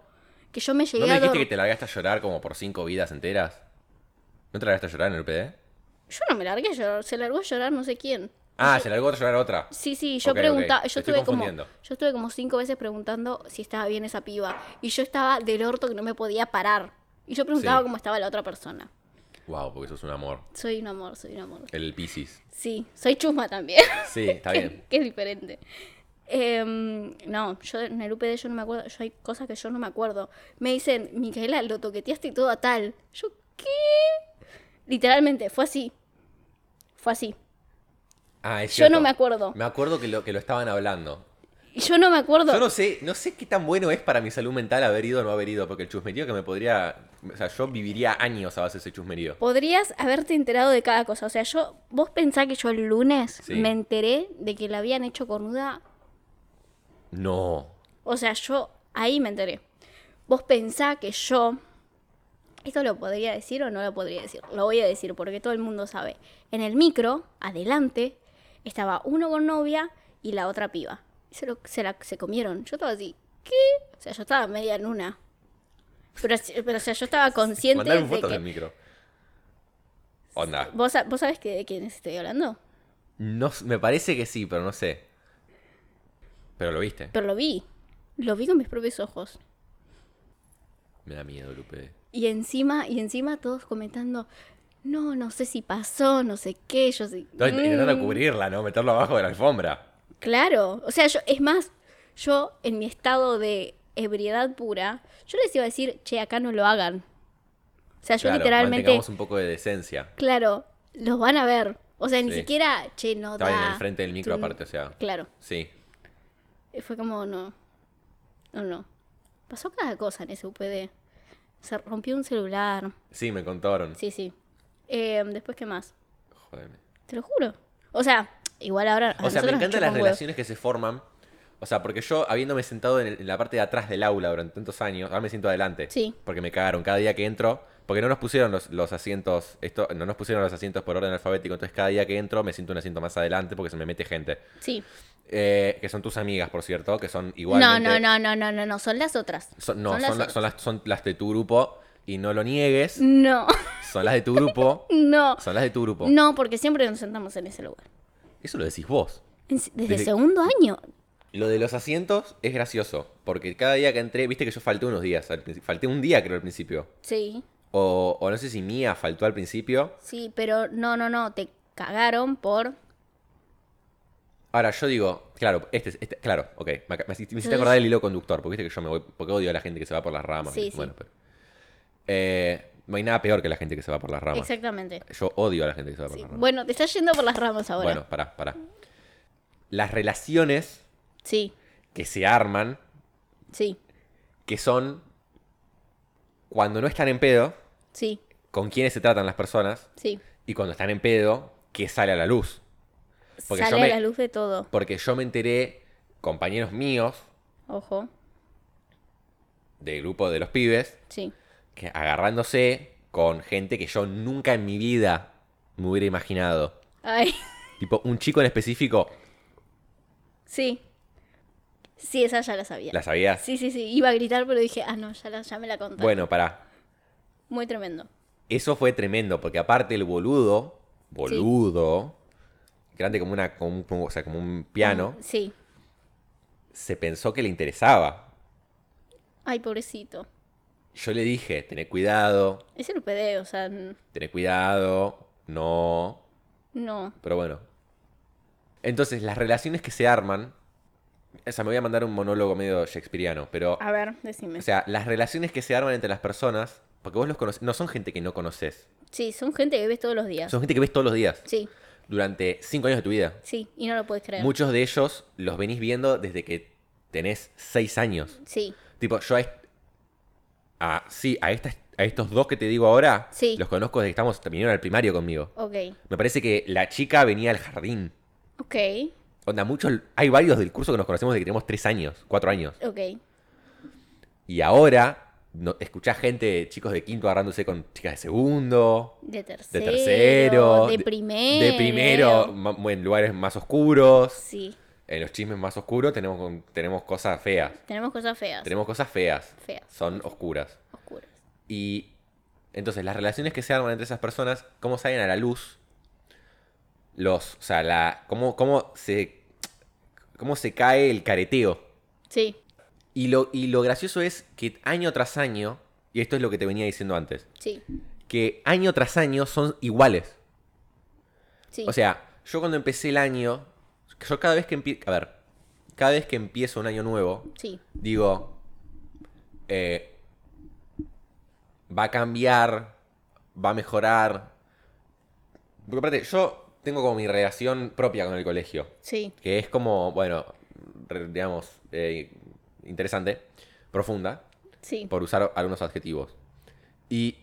[SPEAKER 2] que yo me llegué
[SPEAKER 1] ¿No me
[SPEAKER 2] a
[SPEAKER 1] dijiste
[SPEAKER 2] dor-
[SPEAKER 1] que te largaste a llorar como por cinco vidas enteras? ¿No te largaste a llorar en el UPD?
[SPEAKER 2] Yo no me largué a llorar. Se largó a llorar no sé quién.
[SPEAKER 1] Ah, se largó a llorar otra.
[SPEAKER 2] Sí, sí, yo
[SPEAKER 1] Ok, ok.
[SPEAKER 2] preguntaba,
[SPEAKER 1] Te
[SPEAKER 2] yo
[SPEAKER 1] estoy
[SPEAKER 2] estuve como,
[SPEAKER 1] confundiendo.
[SPEAKER 2] yo estuve como cinco veces preguntando si estaba bien esa piba y yo estaba del orto que no me podía parar y yo preguntaba
[SPEAKER 1] Sí.
[SPEAKER 2] cómo estaba la otra persona.
[SPEAKER 1] Wow, porque sos un amor.
[SPEAKER 2] Soy un amor, soy un amor.
[SPEAKER 1] El Piscis.
[SPEAKER 2] Sí, soy chusma también,
[SPEAKER 1] Sí, está bien.
[SPEAKER 2] que es diferente. Em, no, yo en el UPD yo no me acuerdo, yo hay cosas que yo no me acuerdo. Me dicen, Micaela, lo toqueteaste y todo a tal. Yo, ¿qué? Literalmente, fue así. Fue así.
[SPEAKER 1] Ah, es
[SPEAKER 2] Yo no
[SPEAKER 1] cierto.
[SPEAKER 2] me acuerdo.
[SPEAKER 1] Me acuerdo que lo, que lo estaban hablando.
[SPEAKER 2] Y yo no me acuerdo.
[SPEAKER 1] Yo no sé, no sé qué tan bueno es para mi salud mental haber ido o no haber ido, porque el chusmerío que me podría. O sea, yo viviría años a base de ese chusmerío.
[SPEAKER 2] Podrías haberte enterado de cada cosa. O sea, yo, vos pensás que yo el lunes
[SPEAKER 1] Sí.
[SPEAKER 2] me enteré de que la habían hecho cornuda.
[SPEAKER 1] No.
[SPEAKER 2] O sea, yo ahí me enteré. Vos pensás que yo. Esto lo podría decir o no lo podría decir. Lo voy a decir porque todo el mundo sabe. En el micro, adelante, estaba uno con novia y la otra piba. Y Se, lo- se la, se comieron. Yo estaba así, ¿qué? O sea, yo estaba media en una. Pero, pero o sea, yo estaba consciente
[SPEAKER 1] Mandaron
[SPEAKER 2] de
[SPEAKER 1] fotos del
[SPEAKER 2] que.
[SPEAKER 1] micro. Onda.
[SPEAKER 2] ¿Vos, sa- ¿Vos sabés que, de quiénes estoy hablando?
[SPEAKER 1] No, s- me parece que sí, pero no sé. Pero lo viste.
[SPEAKER 2] Pero lo vi. Lo vi con mis propios ojos.
[SPEAKER 1] Me da miedo, Lupe.
[SPEAKER 2] Y encima, y encima todos comentando, no, no sé si pasó, no sé qué, yo sé.
[SPEAKER 1] Entonces,
[SPEAKER 2] Mm,
[SPEAKER 1] intentando cubrirla, ¿no? Meterlo abajo de la alfombra.
[SPEAKER 2] Claro. O sea, yo, es más, yo en mi estado de ebriedad pura, yo les iba a decir, che, acá no lo hagan. O sea, yo
[SPEAKER 1] Claro,
[SPEAKER 2] literalmente,
[SPEAKER 1] mantengamos un poco de decencia.
[SPEAKER 2] claro, los van a ver. O sea, ni
[SPEAKER 1] Sí.
[SPEAKER 2] siquiera, che, no
[SPEAKER 1] Estaba
[SPEAKER 2] da.
[SPEAKER 1] en el frente del micro
[SPEAKER 2] tú-
[SPEAKER 1] aparte, o sea.
[SPEAKER 2] Claro.
[SPEAKER 1] Sí.
[SPEAKER 2] Y Fue como, no. No, no. Pasó cada cosa en ese UPD. Se rompió un celular.
[SPEAKER 1] Sí, me contaron.
[SPEAKER 2] Sí, sí. Eh, Después, ¿qué más?
[SPEAKER 1] Jódeme.
[SPEAKER 2] Te lo juro. O sea, igual ahora. a
[SPEAKER 1] O sea,
[SPEAKER 2] Ah, nosotros
[SPEAKER 1] me
[SPEAKER 2] nos
[SPEAKER 1] encantan las
[SPEAKER 2] chupa un huevo.
[SPEAKER 1] relaciones que se forman. O sea, porque yo, habiéndome sentado en, el- en la parte de atrás del aula durante tantos años, ahora me siento adelante.
[SPEAKER 2] Sí.
[SPEAKER 1] Porque me cagaron cada día que entro. Porque no nos pusieron los, los asientos, esto, no nos pusieron los asientos por orden alfabético, entonces cada día que entro me siento un asiento más adelante porque se me mete gente.
[SPEAKER 2] Sí.
[SPEAKER 1] Eh, que son tus amigas, por cierto, que son
[SPEAKER 2] No,
[SPEAKER 1] igualmente...
[SPEAKER 2] no, no, no, no, no, no. Son las otras.
[SPEAKER 1] Son, no,
[SPEAKER 2] Son
[SPEAKER 1] son,
[SPEAKER 2] las
[SPEAKER 1] la-
[SPEAKER 2] otras.
[SPEAKER 1] son las, son las de tu grupo y no lo niegues.
[SPEAKER 2] No,
[SPEAKER 1] Son las de tu grupo.
[SPEAKER 2] no.
[SPEAKER 1] Son las de tu grupo.
[SPEAKER 2] No, porque siempre nos sentamos en ese lugar.
[SPEAKER 1] Eso lo decís vos.
[SPEAKER 2] En- Desde,
[SPEAKER 1] Desde-
[SPEAKER 2] segundo año.
[SPEAKER 1] Lo de los asientos es gracioso, porque cada día que entré, viste que yo falté unos días, al principio- falté un día creo al principio.
[SPEAKER 2] Sí,
[SPEAKER 1] O, o no sé si Mía faltó al principio.
[SPEAKER 2] sí, pero no, no, no. Te cagaron por.
[SPEAKER 1] Ahora yo digo, claro, este, es- este- claro, ok, me, ac- me hiciste me hiciste
[SPEAKER 2] Entonces-
[SPEAKER 1] acordar del hilo conductor, porque viste que yo me voy, porque odio a la gente que se va por las ramas.
[SPEAKER 2] Sí,
[SPEAKER 1] ¿viste?
[SPEAKER 2] sí.
[SPEAKER 1] Bueno, pero- Eh, no hay nada peor que la gente que se va por las ramas.
[SPEAKER 2] Exactamente.
[SPEAKER 1] Yo odio a la gente que se va por
[SPEAKER 2] Sí.
[SPEAKER 1] las ramas.
[SPEAKER 2] Bueno, te estás yendo por las ramas ahora.
[SPEAKER 1] Bueno, pará, pará. Las relaciones
[SPEAKER 2] Sí,
[SPEAKER 1] que se arman,
[SPEAKER 2] sí,
[SPEAKER 1] que son cuando no están en pedo,
[SPEAKER 2] sí,
[SPEAKER 1] con quiénes se tratan las personas,
[SPEAKER 2] sí.
[SPEAKER 1] y cuando están en pedo, que sale a la luz. Porque
[SPEAKER 2] Sale
[SPEAKER 1] yo me-
[SPEAKER 2] a la luz de todo.
[SPEAKER 1] Porque yo me enteré, compañeros míos,
[SPEAKER 2] Ojo.
[SPEAKER 1] del grupo de los pibes,
[SPEAKER 2] Sí,
[SPEAKER 1] que agarrándose con gente que yo nunca en mi vida me hubiera imaginado.
[SPEAKER 2] ay,
[SPEAKER 1] Tipo, un chico en específico,
[SPEAKER 2] sí. Sí, esa ya la sabía.
[SPEAKER 1] ¿la sabías?
[SPEAKER 2] Sí, sí, sí, iba a gritar, pero dije, ah, no, ya, la- ya me la contaste.
[SPEAKER 1] Bueno, pará.
[SPEAKER 2] Muy tremendo.
[SPEAKER 1] Eso fue tremendo, porque aparte el boludo, boludo, grande como una, como un, como- o sea, como un piano,
[SPEAKER 2] Mm, Sí.
[SPEAKER 1] se pensó que le interesaba.
[SPEAKER 2] Ay, pobrecito.
[SPEAKER 1] Yo le dije, tené cuidado,
[SPEAKER 2] Es el UPD, o sea, n-
[SPEAKER 1] tené cuidado, no.
[SPEAKER 2] no.
[SPEAKER 1] Pero bueno. Entonces, las relaciones que se arman. O sea, me voy a mandar un monólogo medio shakespeariano, pero.
[SPEAKER 2] A ver, decime.
[SPEAKER 1] O sea, las relaciones que se arman entre las personas. Porque vos los conoces. No son gente que no conoces.
[SPEAKER 2] sí, son gente que ves todos los días.
[SPEAKER 1] Son gente que ves todos los días.
[SPEAKER 2] Sí,
[SPEAKER 1] Durante cinco años de tu vida.
[SPEAKER 2] sí, y no lo puedes creer.
[SPEAKER 1] Muchos de ellos los venís viendo desde que tenés seis años.
[SPEAKER 2] Sí,
[SPEAKER 1] Tipo, yo a, est- a- sí, a, estas- a estos dos que te digo ahora,
[SPEAKER 2] Sí.
[SPEAKER 1] los conozco desde que estamos, vinieron al primario conmigo.
[SPEAKER 2] ok.
[SPEAKER 1] Me parece que la chica venía al jardín.
[SPEAKER 2] Ok,
[SPEAKER 1] Onda, muchos, hay varios del curso que nos conocemos desde que tenemos tres años, cuatro años.
[SPEAKER 2] ok.
[SPEAKER 1] Y ahora no, escuchás gente, chicos de quinto agarrándose con chicas de segundo,
[SPEAKER 2] De tercero.
[SPEAKER 1] de tercero,
[SPEAKER 2] De primero.
[SPEAKER 1] de primero, ma- en lugares más oscuros.
[SPEAKER 2] Sí.
[SPEAKER 1] En los chismes más oscuros tenemos, con- tenemos cosas feas.
[SPEAKER 2] Tenemos cosas feas,
[SPEAKER 1] Tenemos cosas feas.
[SPEAKER 2] Feas.
[SPEAKER 1] Son oscuras.
[SPEAKER 2] oscuras.
[SPEAKER 1] Y entonces las relaciones que se arman entre esas personas, ¿cómo salen a la luz? Los, o sea, la, ¿cómo, cómo, se, ¿cómo se cae el careteo?
[SPEAKER 2] Sí,
[SPEAKER 1] Y lo, y lo gracioso es que año tras año, y esto es lo que te venía diciendo antes,
[SPEAKER 2] sí,
[SPEAKER 1] que año tras año son iguales.
[SPEAKER 2] sí.
[SPEAKER 1] O sea, yo cuando empecé el año, yo cada vez que empiezo, a ver, cada vez que empiezo un año nuevo,
[SPEAKER 2] sí,
[SPEAKER 1] digo, eh, va a cambiar, va a mejorar. Porque aparte, yo tengo como mi relación propia con el colegio,
[SPEAKER 2] sí,
[SPEAKER 1] que es como, bueno, re- digamos, eh, interesante, profunda,
[SPEAKER 2] sí.
[SPEAKER 1] por usar algunos adjetivos. Y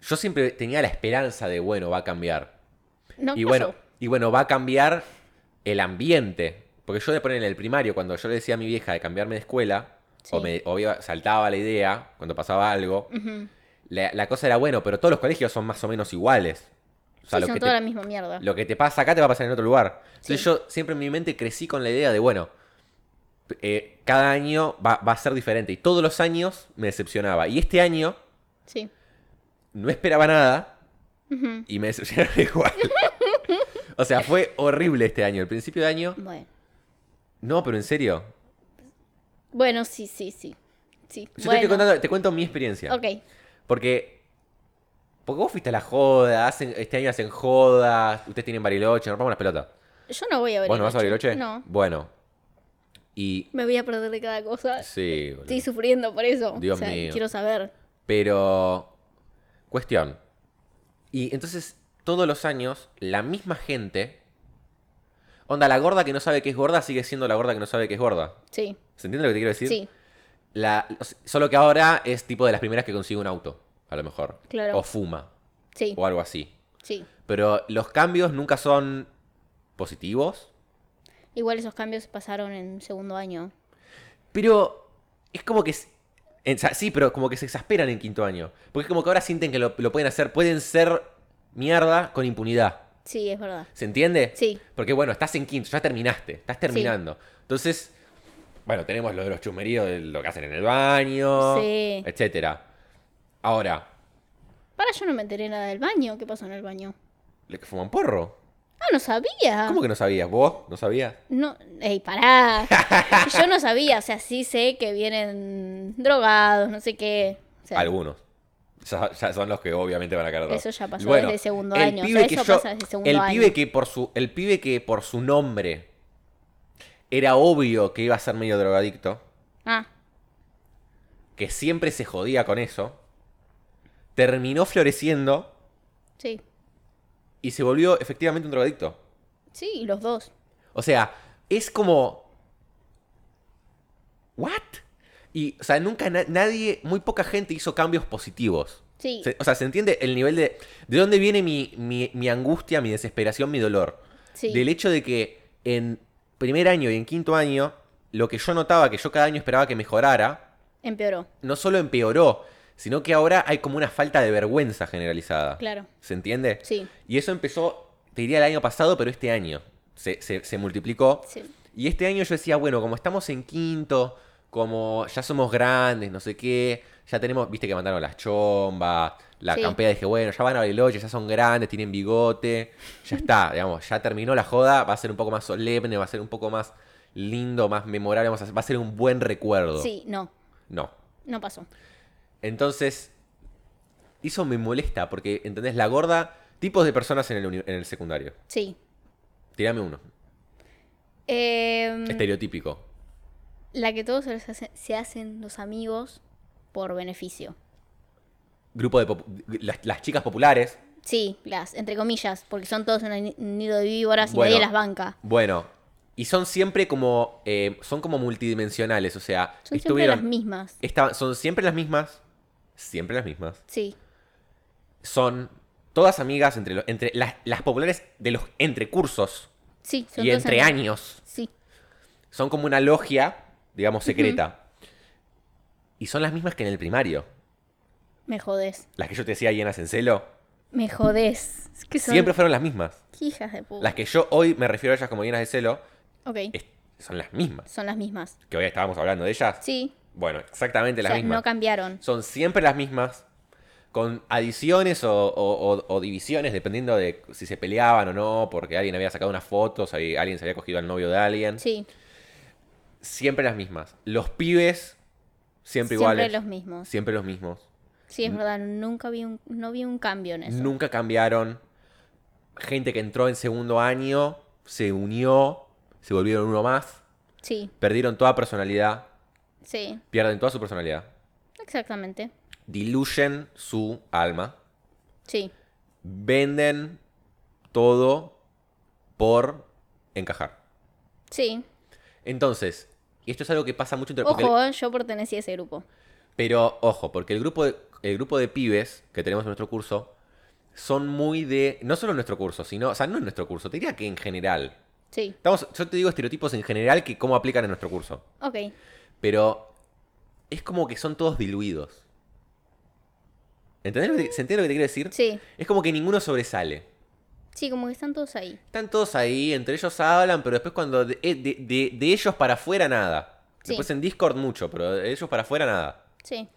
[SPEAKER 1] yo siempre tenía la esperanza de, bueno, va a cambiar.
[SPEAKER 2] No,
[SPEAKER 1] Y
[SPEAKER 2] pasó.
[SPEAKER 1] bueno, y bueno, va a cambiar el ambiente. Porque yo de poner en el primario, cuando yo le decía a mi vieja de cambiarme de escuela, o
[SPEAKER 2] Sí.
[SPEAKER 1] me o iba- saltaba la idea cuando pasaba algo,
[SPEAKER 2] Ujú.
[SPEAKER 1] la, la cosa era bueno, pero todos los colegios son más o menos iguales. O sea,
[SPEAKER 2] Sí,
[SPEAKER 1] lo,
[SPEAKER 2] son
[SPEAKER 1] que
[SPEAKER 2] toda
[SPEAKER 1] te,
[SPEAKER 2] la misma mierda.
[SPEAKER 1] lo que te pasa acá te va a pasar en otro lugar. Entonces
[SPEAKER 2] Sí.
[SPEAKER 1] yo siempre en mi mente crecí con la idea de, bueno, eh, cada año va, va a ser diferente. Y todos los años me decepcionaba. Y este año
[SPEAKER 2] Sí.
[SPEAKER 1] no esperaba nada,
[SPEAKER 2] Ujú.
[SPEAKER 1] y me decepcionaron igual. o sea, fue horrible este año. El principio de año.
[SPEAKER 2] Bueno.
[SPEAKER 1] No, pero en serio.
[SPEAKER 2] Bueno, sí, sí, sí. Sí.
[SPEAKER 1] Yo te,
[SPEAKER 2] bueno.
[SPEAKER 1] estoy contando- te cuento mi experiencia.
[SPEAKER 2] Ok.
[SPEAKER 1] Porque. Porque vos fuiste a la joda, hacen, este año hacen jodas, ustedes tienen bariloche, nos rompamos las pelotas.
[SPEAKER 2] Yo no voy a ver.
[SPEAKER 1] ¿Vos no vas a bariloche?
[SPEAKER 2] No.
[SPEAKER 1] Bueno. Y.
[SPEAKER 2] Me voy a perder de cada cosa.
[SPEAKER 1] Sí, boludo.
[SPEAKER 2] Estoy sufriendo por eso.
[SPEAKER 1] Dios
[SPEAKER 2] o sea,
[SPEAKER 1] mío.
[SPEAKER 2] Quiero saber.
[SPEAKER 1] Pero. Cuestión. Y entonces, todos los años, la misma gente. Onda, la gorda que no sabe que es gorda sigue siendo la gorda que no sabe que es gorda.
[SPEAKER 2] Sí.
[SPEAKER 1] ¿Se entiende lo que te quiero decir?
[SPEAKER 2] Sí.
[SPEAKER 1] La- o sea, solo que ahora es tipo de las primeras que consigue un auto, a lo mejor.
[SPEAKER 2] Claro.
[SPEAKER 1] O fuma,
[SPEAKER 2] Sí.
[SPEAKER 1] o algo así.
[SPEAKER 2] Sí.
[SPEAKER 1] Pero los cambios nunca son positivos.
[SPEAKER 2] Igual esos cambios pasaron en segundo año.
[SPEAKER 1] Pero es como que... es- en- o sea, sí, pero como que se exasperan en quinto año. Porque es como que ahora sienten que lo, lo pueden hacer. Pueden ser mierda con impunidad.
[SPEAKER 2] Sí, es verdad.
[SPEAKER 1] ¿Se entiende?
[SPEAKER 2] Sí.
[SPEAKER 1] Porque bueno, estás en quinto, ya terminaste, estás terminando. Entonces, bueno, tenemos lo de los chumeríos, de lo que hacen en el baño,
[SPEAKER 2] Sí.
[SPEAKER 1] etcétera. Ahora,
[SPEAKER 2] Para, yo no me enteré nada del baño. ¿Qué pasó en el baño?
[SPEAKER 1] ¿le que fuman porro?
[SPEAKER 2] Ah, no sabía.
[SPEAKER 1] ¿Cómo que no sabías? ¿Vos no sabías?
[SPEAKER 2] No, ey, pará. Yo no sabía, o sea, sí sé que vienen drogados, no sé qué. O sea,
[SPEAKER 1] Algunos. Ya, ya son los que obviamente van a caer.
[SPEAKER 2] Eso ya pasó desde segundo
[SPEAKER 1] el
[SPEAKER 2] año, o
[SPEAKER 1] pibe
[SPEAKER 2] sea,
[SPEAKER 1] que
[SPEAKER 2] eso
[SPEAKER 1] yo-
[SPEAKER 2] pasa desde segundo
[SPEAKER 1] el
[SPEAKER 2] año.
[SPEAKER 1] Pibe que por su, el pibe que por su nombre era obvio que iba a ser medio drogadicto,
[SPEAKER 2] Ah,
[SPEAKER 1] que siempre se jodía con eso, terminó floreciendo
[SPEAKER 2] sí.
[SPEAKER 1] y se volvió efectivamente un drogadicto.
[SPEAKER 2] Sí, y los dos.
[SPEAKER 1] O sea, es como. ¿What? Y, o sea, nunca na- nadie, muy poca gente hizo cambios positivos.
[SPEAKER 2] Sí.
[SPEAKER 1] Se- o sea, ¿se entiende el nivel de. ¿De dónde viene mi, mi- mi angustia, mi desesperación, mi dolor?
[SPEAKER 2] Sí.
[SPEAKER 1] Del hecho de que en primer año y en quinto año, lo que yo notaba, que yo cada año esperaba que mejorara,
[SPEAKER 2] Empeoró.
[SPEAKER 1] no solo empeoró, sino que ahora hay como una falta de vergüenza generalizada.
[SPEAKER 2] Claro.
[SPEAKER 1] ¿Se entiende?
[SPEAKER 2] Sí.
[SPEAKER 1] Y eso empezó, te diría, el año pasado, pero este año se, se- se multiplicó.
[SPEAKER 2] Sí.
[SPEAKER 1] Y este año yo decía, bueno, como estamos en quinto, como ya somos grandes, no sé qué, ya tenemos, viste que mandaron las chombas, la
[SPEAKER 2] Sí.
[SPEAKER 1] campea, dije, bueno, ya van a Bariloche, ya son grandes, tienen bigote, ya está, digamos, ya terminó la joda, va a ser un poco más solemne, va a ser un poco más lindo, más memorable, vamos a- va a ser un buen recuerdo.
[SPEAKER 2] Sí, no.
[SPEAKER 1] No.
[SPEAKER 2] No pasó.
[SPEAKER 1] Entonces, eso me molesta, porque, ¿entendés? La gorda, tipos de personas en el, uni- en el secundario.
[SPEAKER 2] Sí.
[SPEAKER 1] Tirame uno.
[SPEAKER 2] Em,
[SPEAKER 1] Este- Estereotípico.
[SPEAKER 2] la que todos se, les hace- se hacen los amigos por beneficio.
[SPEAKER 1] Grupo de... popu- Las, las chicas populares.
[SPEAKER 2] Sí, las, entre comillas, porque son todos en un nido de víboras y
[SPEAKER 1] Bueno.
[SPEAKER 2] nadie las banca.
[SPEAKER 1] Bueno. Y son siempre como... eh, son como multidimensionales. O sea,
[SPEAKER 2] Son siempre
[SPEAKER 1] estuvieron...
[SPEAKER 2] las mismas.
[SPEAKER 1] estaban- son siempre las mismas. Siempre las mismas.
[SPEAKER 2] Sí,
[SPEAKER 1] Son todas amigas entre, los, entre las, las populares de los entrecursos
[SPEAKER 2] sí, son
[SPEAKER 1] y
[SPEAKER 2] todos
[SPEAKER 1] entre
[SPEAKER 2] am-
[SPEAKER 1] años.
[SPEAKER 2] Sí,
[SPEAKER 1] Son como una logia, digamos, secreta. Y son las mismas que en el primario.
[SPEAKER 2] me jodés.
[SPEAKER 1] Las que yo te decía llenas en celo.
[SPEAKER 2] Me jodés. Es que son
[SPEAKER 1] Siempre fueron las mismas.
[SPEAKER 2] hijas de puta.
[SPEAKER 1] Las que yo hoy me refiero a ellas como llenas de celo,
[SPEAKER 2] Ok.
[SPEAKER 1] es- son las mismas.
[SPEAKER 2] Son las mismas.
[SPEAKER 1] Que hoy estábamos hablando de ellas.
[SPEAKER 2] Sí.
[SPEAKER 1] Bueno, exactamente
[SPEAKER 2] O
[SPEAKER 1] las
[SPEAKER 2] sea,
[SPEAKER 1] mismas.
[SPEAKER 2] no cambiaron.
[SPEAKER 1] son siempre las mismas, con adiciones o, o- o- o divisiones, dependiendo de si se peleaban o no, porque alguien había sacado unas fotos, ahí alguien se había cogido al novio de alguien.
[SPEAKER 2] Sí.
[SPEAKER 1] Siempre las mismas. Los pibes, siempre,
[SPEAKER 2] Siempre
[SPEAKER 1] iguales.
[SPEAKER 2] los mismos.
[SPEAKER 1] Siempre los mismos.
[SPEAKER 2] Sí, es verdad. Nunca vi un, no vi un cambio en eso.
[SPEAKER 1] Nunca cambiaron. Gente que entró en segundo año, se unió, se volvieron uno más,
[SPEAKER 2] Sí,
[SPEAKER 1] perdieron toda personalidad,
[SPEAKER 2] sí.
[SPEAKER 1] pierden toda su personalidad,
[SPEAKER 2] Exactamente.
[SPEAKER 1] diluyen su alma.
[SPEAKER 2] Sí.
[SPEAKER 1] venden todo por encajar.
[SPEAKER 2] Sí.
[SPEAKER 1] Entonces, y esto es algo que pasa mucho entre porque el-
[SPEAKER 2] Ojo, eh, yo pertenecí a ese grupo.
[SPEAKER 1] pero ojo, porque el grupo de, el grupo de pibes que tenemos en nuestro curso son muy de no solo en nuestro curso, sino, o sea, no en nuestro curso, te diría que en general.
[SPEAKER 2] Sí.
[SPEAKER 1] Estamos, yo te digo estereotipos en general que cómo aplican en nuestro curso,
[SPEAKER 2] Ok.
[SPEAKER 1] pero es como que son todos diluidos. ¿Entendés? lo que te- ¿Se entiende lo que te quiero decir?
[SPEAKER 2] Sí.
[SPEAKER 1] Es como que ninguno sobresale.
[SPEAKER 2] Sí, como que están todos ahí.
[SPEAKER 1] Están todos ahí, entre ellos hablan, pero después cuando de, eh, de- de- de ellos para afuera nada.
[SPEAKER 2] Sí.
[SPEAKER 1] Después en Discord mucho, pero de ellos para afuera nada.
[SPEAKER 2] Sí.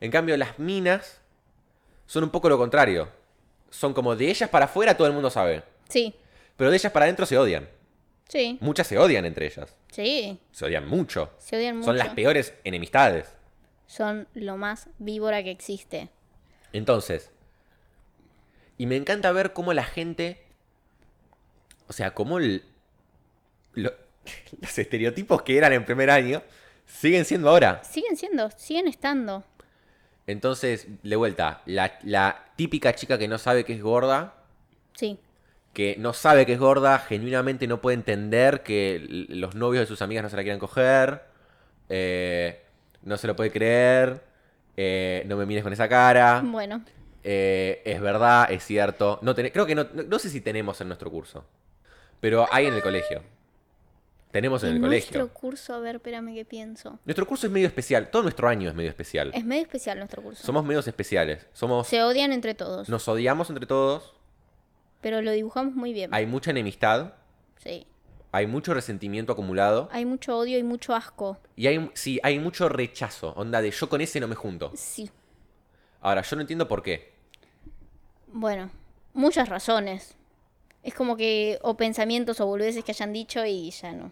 [SPEAKER 1] En cambio, las minas son un poco lo contrario. Son como de ellas para afuera todo el mundo sabe.
[SPEAKER 2] Sí.
[SPEAKER 1] Pero de ellas para adentro se odian.
[SPEAKER 2] Sí.
[SPEAKER 1] Muchas se odian entre ellas.
[SPEAKER 2] Sí.
[SPEAKER 1] Se odian mucho.
[SPEAKER 2] Se odian mucho.
[SPEAKER 1] Son las peores enemistades.
[SPEAKER 2] Son lo más víbora que existe.
[SPEAKER 1] Entonces, y me encanta ver cómo la gente, o sea, cómo el- lo- los estereotipos que eran en primer año siguen siendo ahora.
[SPEAKER 2] Siguen siendo, siguen estando.
[SPEAKER 1] Entonces, de vuelta, la, la típica chica que no sabe que es gorda,
[SPEAKER 2] Sí.
[SPEAKER 1] que no sabe que es gorda, genuinamente no puede entender que l- los novios de sus amigas no se la quieran coger, eh, no se lo puede creer, eh, no me mires con esa cara.
[SPEAKER 2] Bueno.
[SPEAKER 1] Eh, es verdad, es cierto. No tené- creo que no, no, no sé si tenemos en nuestro curso. Pero hay en el colegio. Tenemos en el
[SPEAKER 2] nuestro
[SPEAKER 1] colegio.
[SPEAKER 2] curso, a ver, espérame que pienso.
[SPEAKER 1] Nuestro curso es medio especial. Todo nuestro año es medio especial.
[SPEAKER 2] Es medio especial nuestro curso.
[SPEAKER 1] Somos medios especiales. Somos.
[SPEAKER 2] Se odian entre todos.
[SPEAKER 1] Nos odiamos entre todos.
[SPEAKER 2] Pero lo dibujamos muy bien.
[SPEAKER 1] Hay mucha enemistad.
[SPEAKER 2] Sí.
[SPEAKER 1] Hay mucho resentimiento acumulado.
[SPEAKER 2] Hay mucho odio y mucho asco.
[SPEAKER 1] Y hay, sí, hay mucho rechazo. Onda de yo con ese no me junto.
[SPEAKER 2] Sí.
[SPEAKER 1] Ahora, yo no entiendo por qué.
[SPEAKER 2] Bueno, muchas razones. Es como que, o pensamientos o boludeces que hayan dicho y ya no.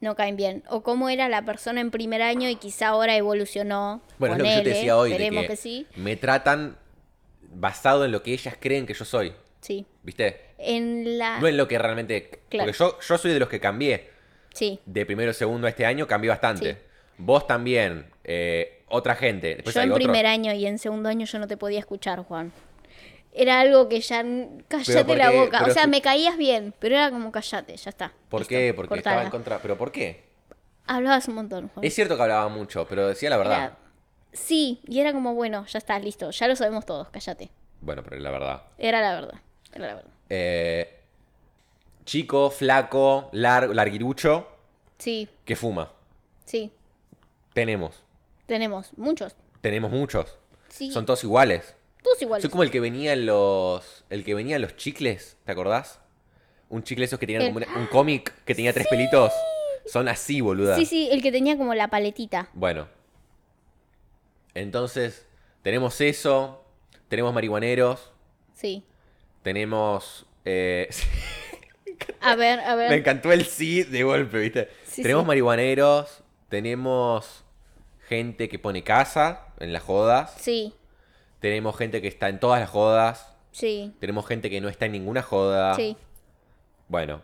[SPEAKER 2] No caen bien. O cómo era la persona en primer año y quizá ahora evolucionó.
[SPEAKER 1] Bueno, es lo que yo te
[SPEAKER 2] Ponele,
[SPEAKER 1] decía hoy. De
[SPEAKER 2] Esperemos
[SPEAKER 1] que
[SPEAKER 2] que sí.
[SPEAKER 1] Me tratan basado en lo que ellas creen que yo soy.
[SPEAKER 2] Sí.
[SPEAKER 1] ¿Viste?
[SPEAKER 2] En la.
[SPEAKER 1] No en lo que realmente.
[SPEAKER 2] Ah. Claro.
[SPEAKER 1] Porque yo, yo soy de los que cambié.
[SPEAKER 2] Sí.
[SPEAKER 1] De primero y segundo a este año cambié bastante.
[SPEAKER 2] Sí.
[SPEAKER 1] Vos también. eh, otra gente. Después
[SPEAKER 2] yo
[SPEAKER 1] hay
[SPEAKER 2] en
[SPEAKER 1] otro.
[SPEAKER 2] primer año y en segundo año yo no te podía escuchar, Juan. Era algo que ya. n- Cállate
[SPEAKER 1] porque-
[SPEAKER 2] la boca.
[SPEAKER 1] pero
[SPEAKER 2] O sea,
[SPEAKER 1] escu-
[SPEAKER 2] me caías bien, pero era como cállate, ya está.
[SPEAKER 1] ¿Por
[SPEAKER 2] Listo,
[SPEAKER 1] qué? Porque estaba en
[SPEAKER 2] cortala.
[SPEAKER 1] contra. ¿Pero por qué?
[SPEAKER 2] Hablabas un montón, Juan.
[SPEAKER 1] Es cierto que hablaba mucho, pero decía la verdad.
[SPEAKER 2] Era- Sí, y era como, bueno, ya está, listo, ya lo sabemos todos, cállate.
[SPEAKER 1] Bueno, pero la verdad.
[SPEAKER 2] Era la verdad, era la verdad.
[SPEAKER 1] Eh, chico, flaco, lar- larguirucho,
[SPEAKER 2] Sí,
[SPEAKER 1] que fuma.
[SPEAKER 2] sí,
[SPEAKER 1] Tenemos.
[SPEAKER 2] tenemos muchos.
[SPEAKER 1] Tenemos muchos.
[SPEAKER 2] Sí,
[SPEAKER 1] Son todos iguales.
[SPEAKER 2] todos iguales.
[SPEAKER 1] Soy como el que venía en los. El que venía en los chicles, ¿te acordás? Un chicle esos que tenían
[SPEAKER 2] El- Ah,
[SPEAKER 1] como una- un cómic que tenía tres pelitos. Son así, boluda.
[SPEAKER 2] Sí, sí, el que tenía como la paletita.
[SPEAKER 1] Bueno. Entonces, tenemos eso. Tenemos marihuaneros.
[SPEAKER 2] Sí.
[SPEAKER 1] Tenemos. eh,
[SPEAKER 2] A ver, a
[SPEAKER 1] me
[SPEAKER 2] ver.
[SPEAKER 1] encantó el sí de golpe, ¿viste?
[SPEAKER 2] Sí,
[SPEAKER 1] tenemos
[SPEAKER 2] sí.
[SPEAKER 1] marihuaneros. Tenemos gente que pone casa en las jodas.
[SPEAKER 2] Sí,
[SPEAKER 1] Tenemos gente que está en todas las jodas.
[SPEAKER 2] sí,
[SPEAKER 1] Tenemos gente que no está en ninguna joda.
[SPEAKER 2] sí,
[SPEAKER 1] Bueno,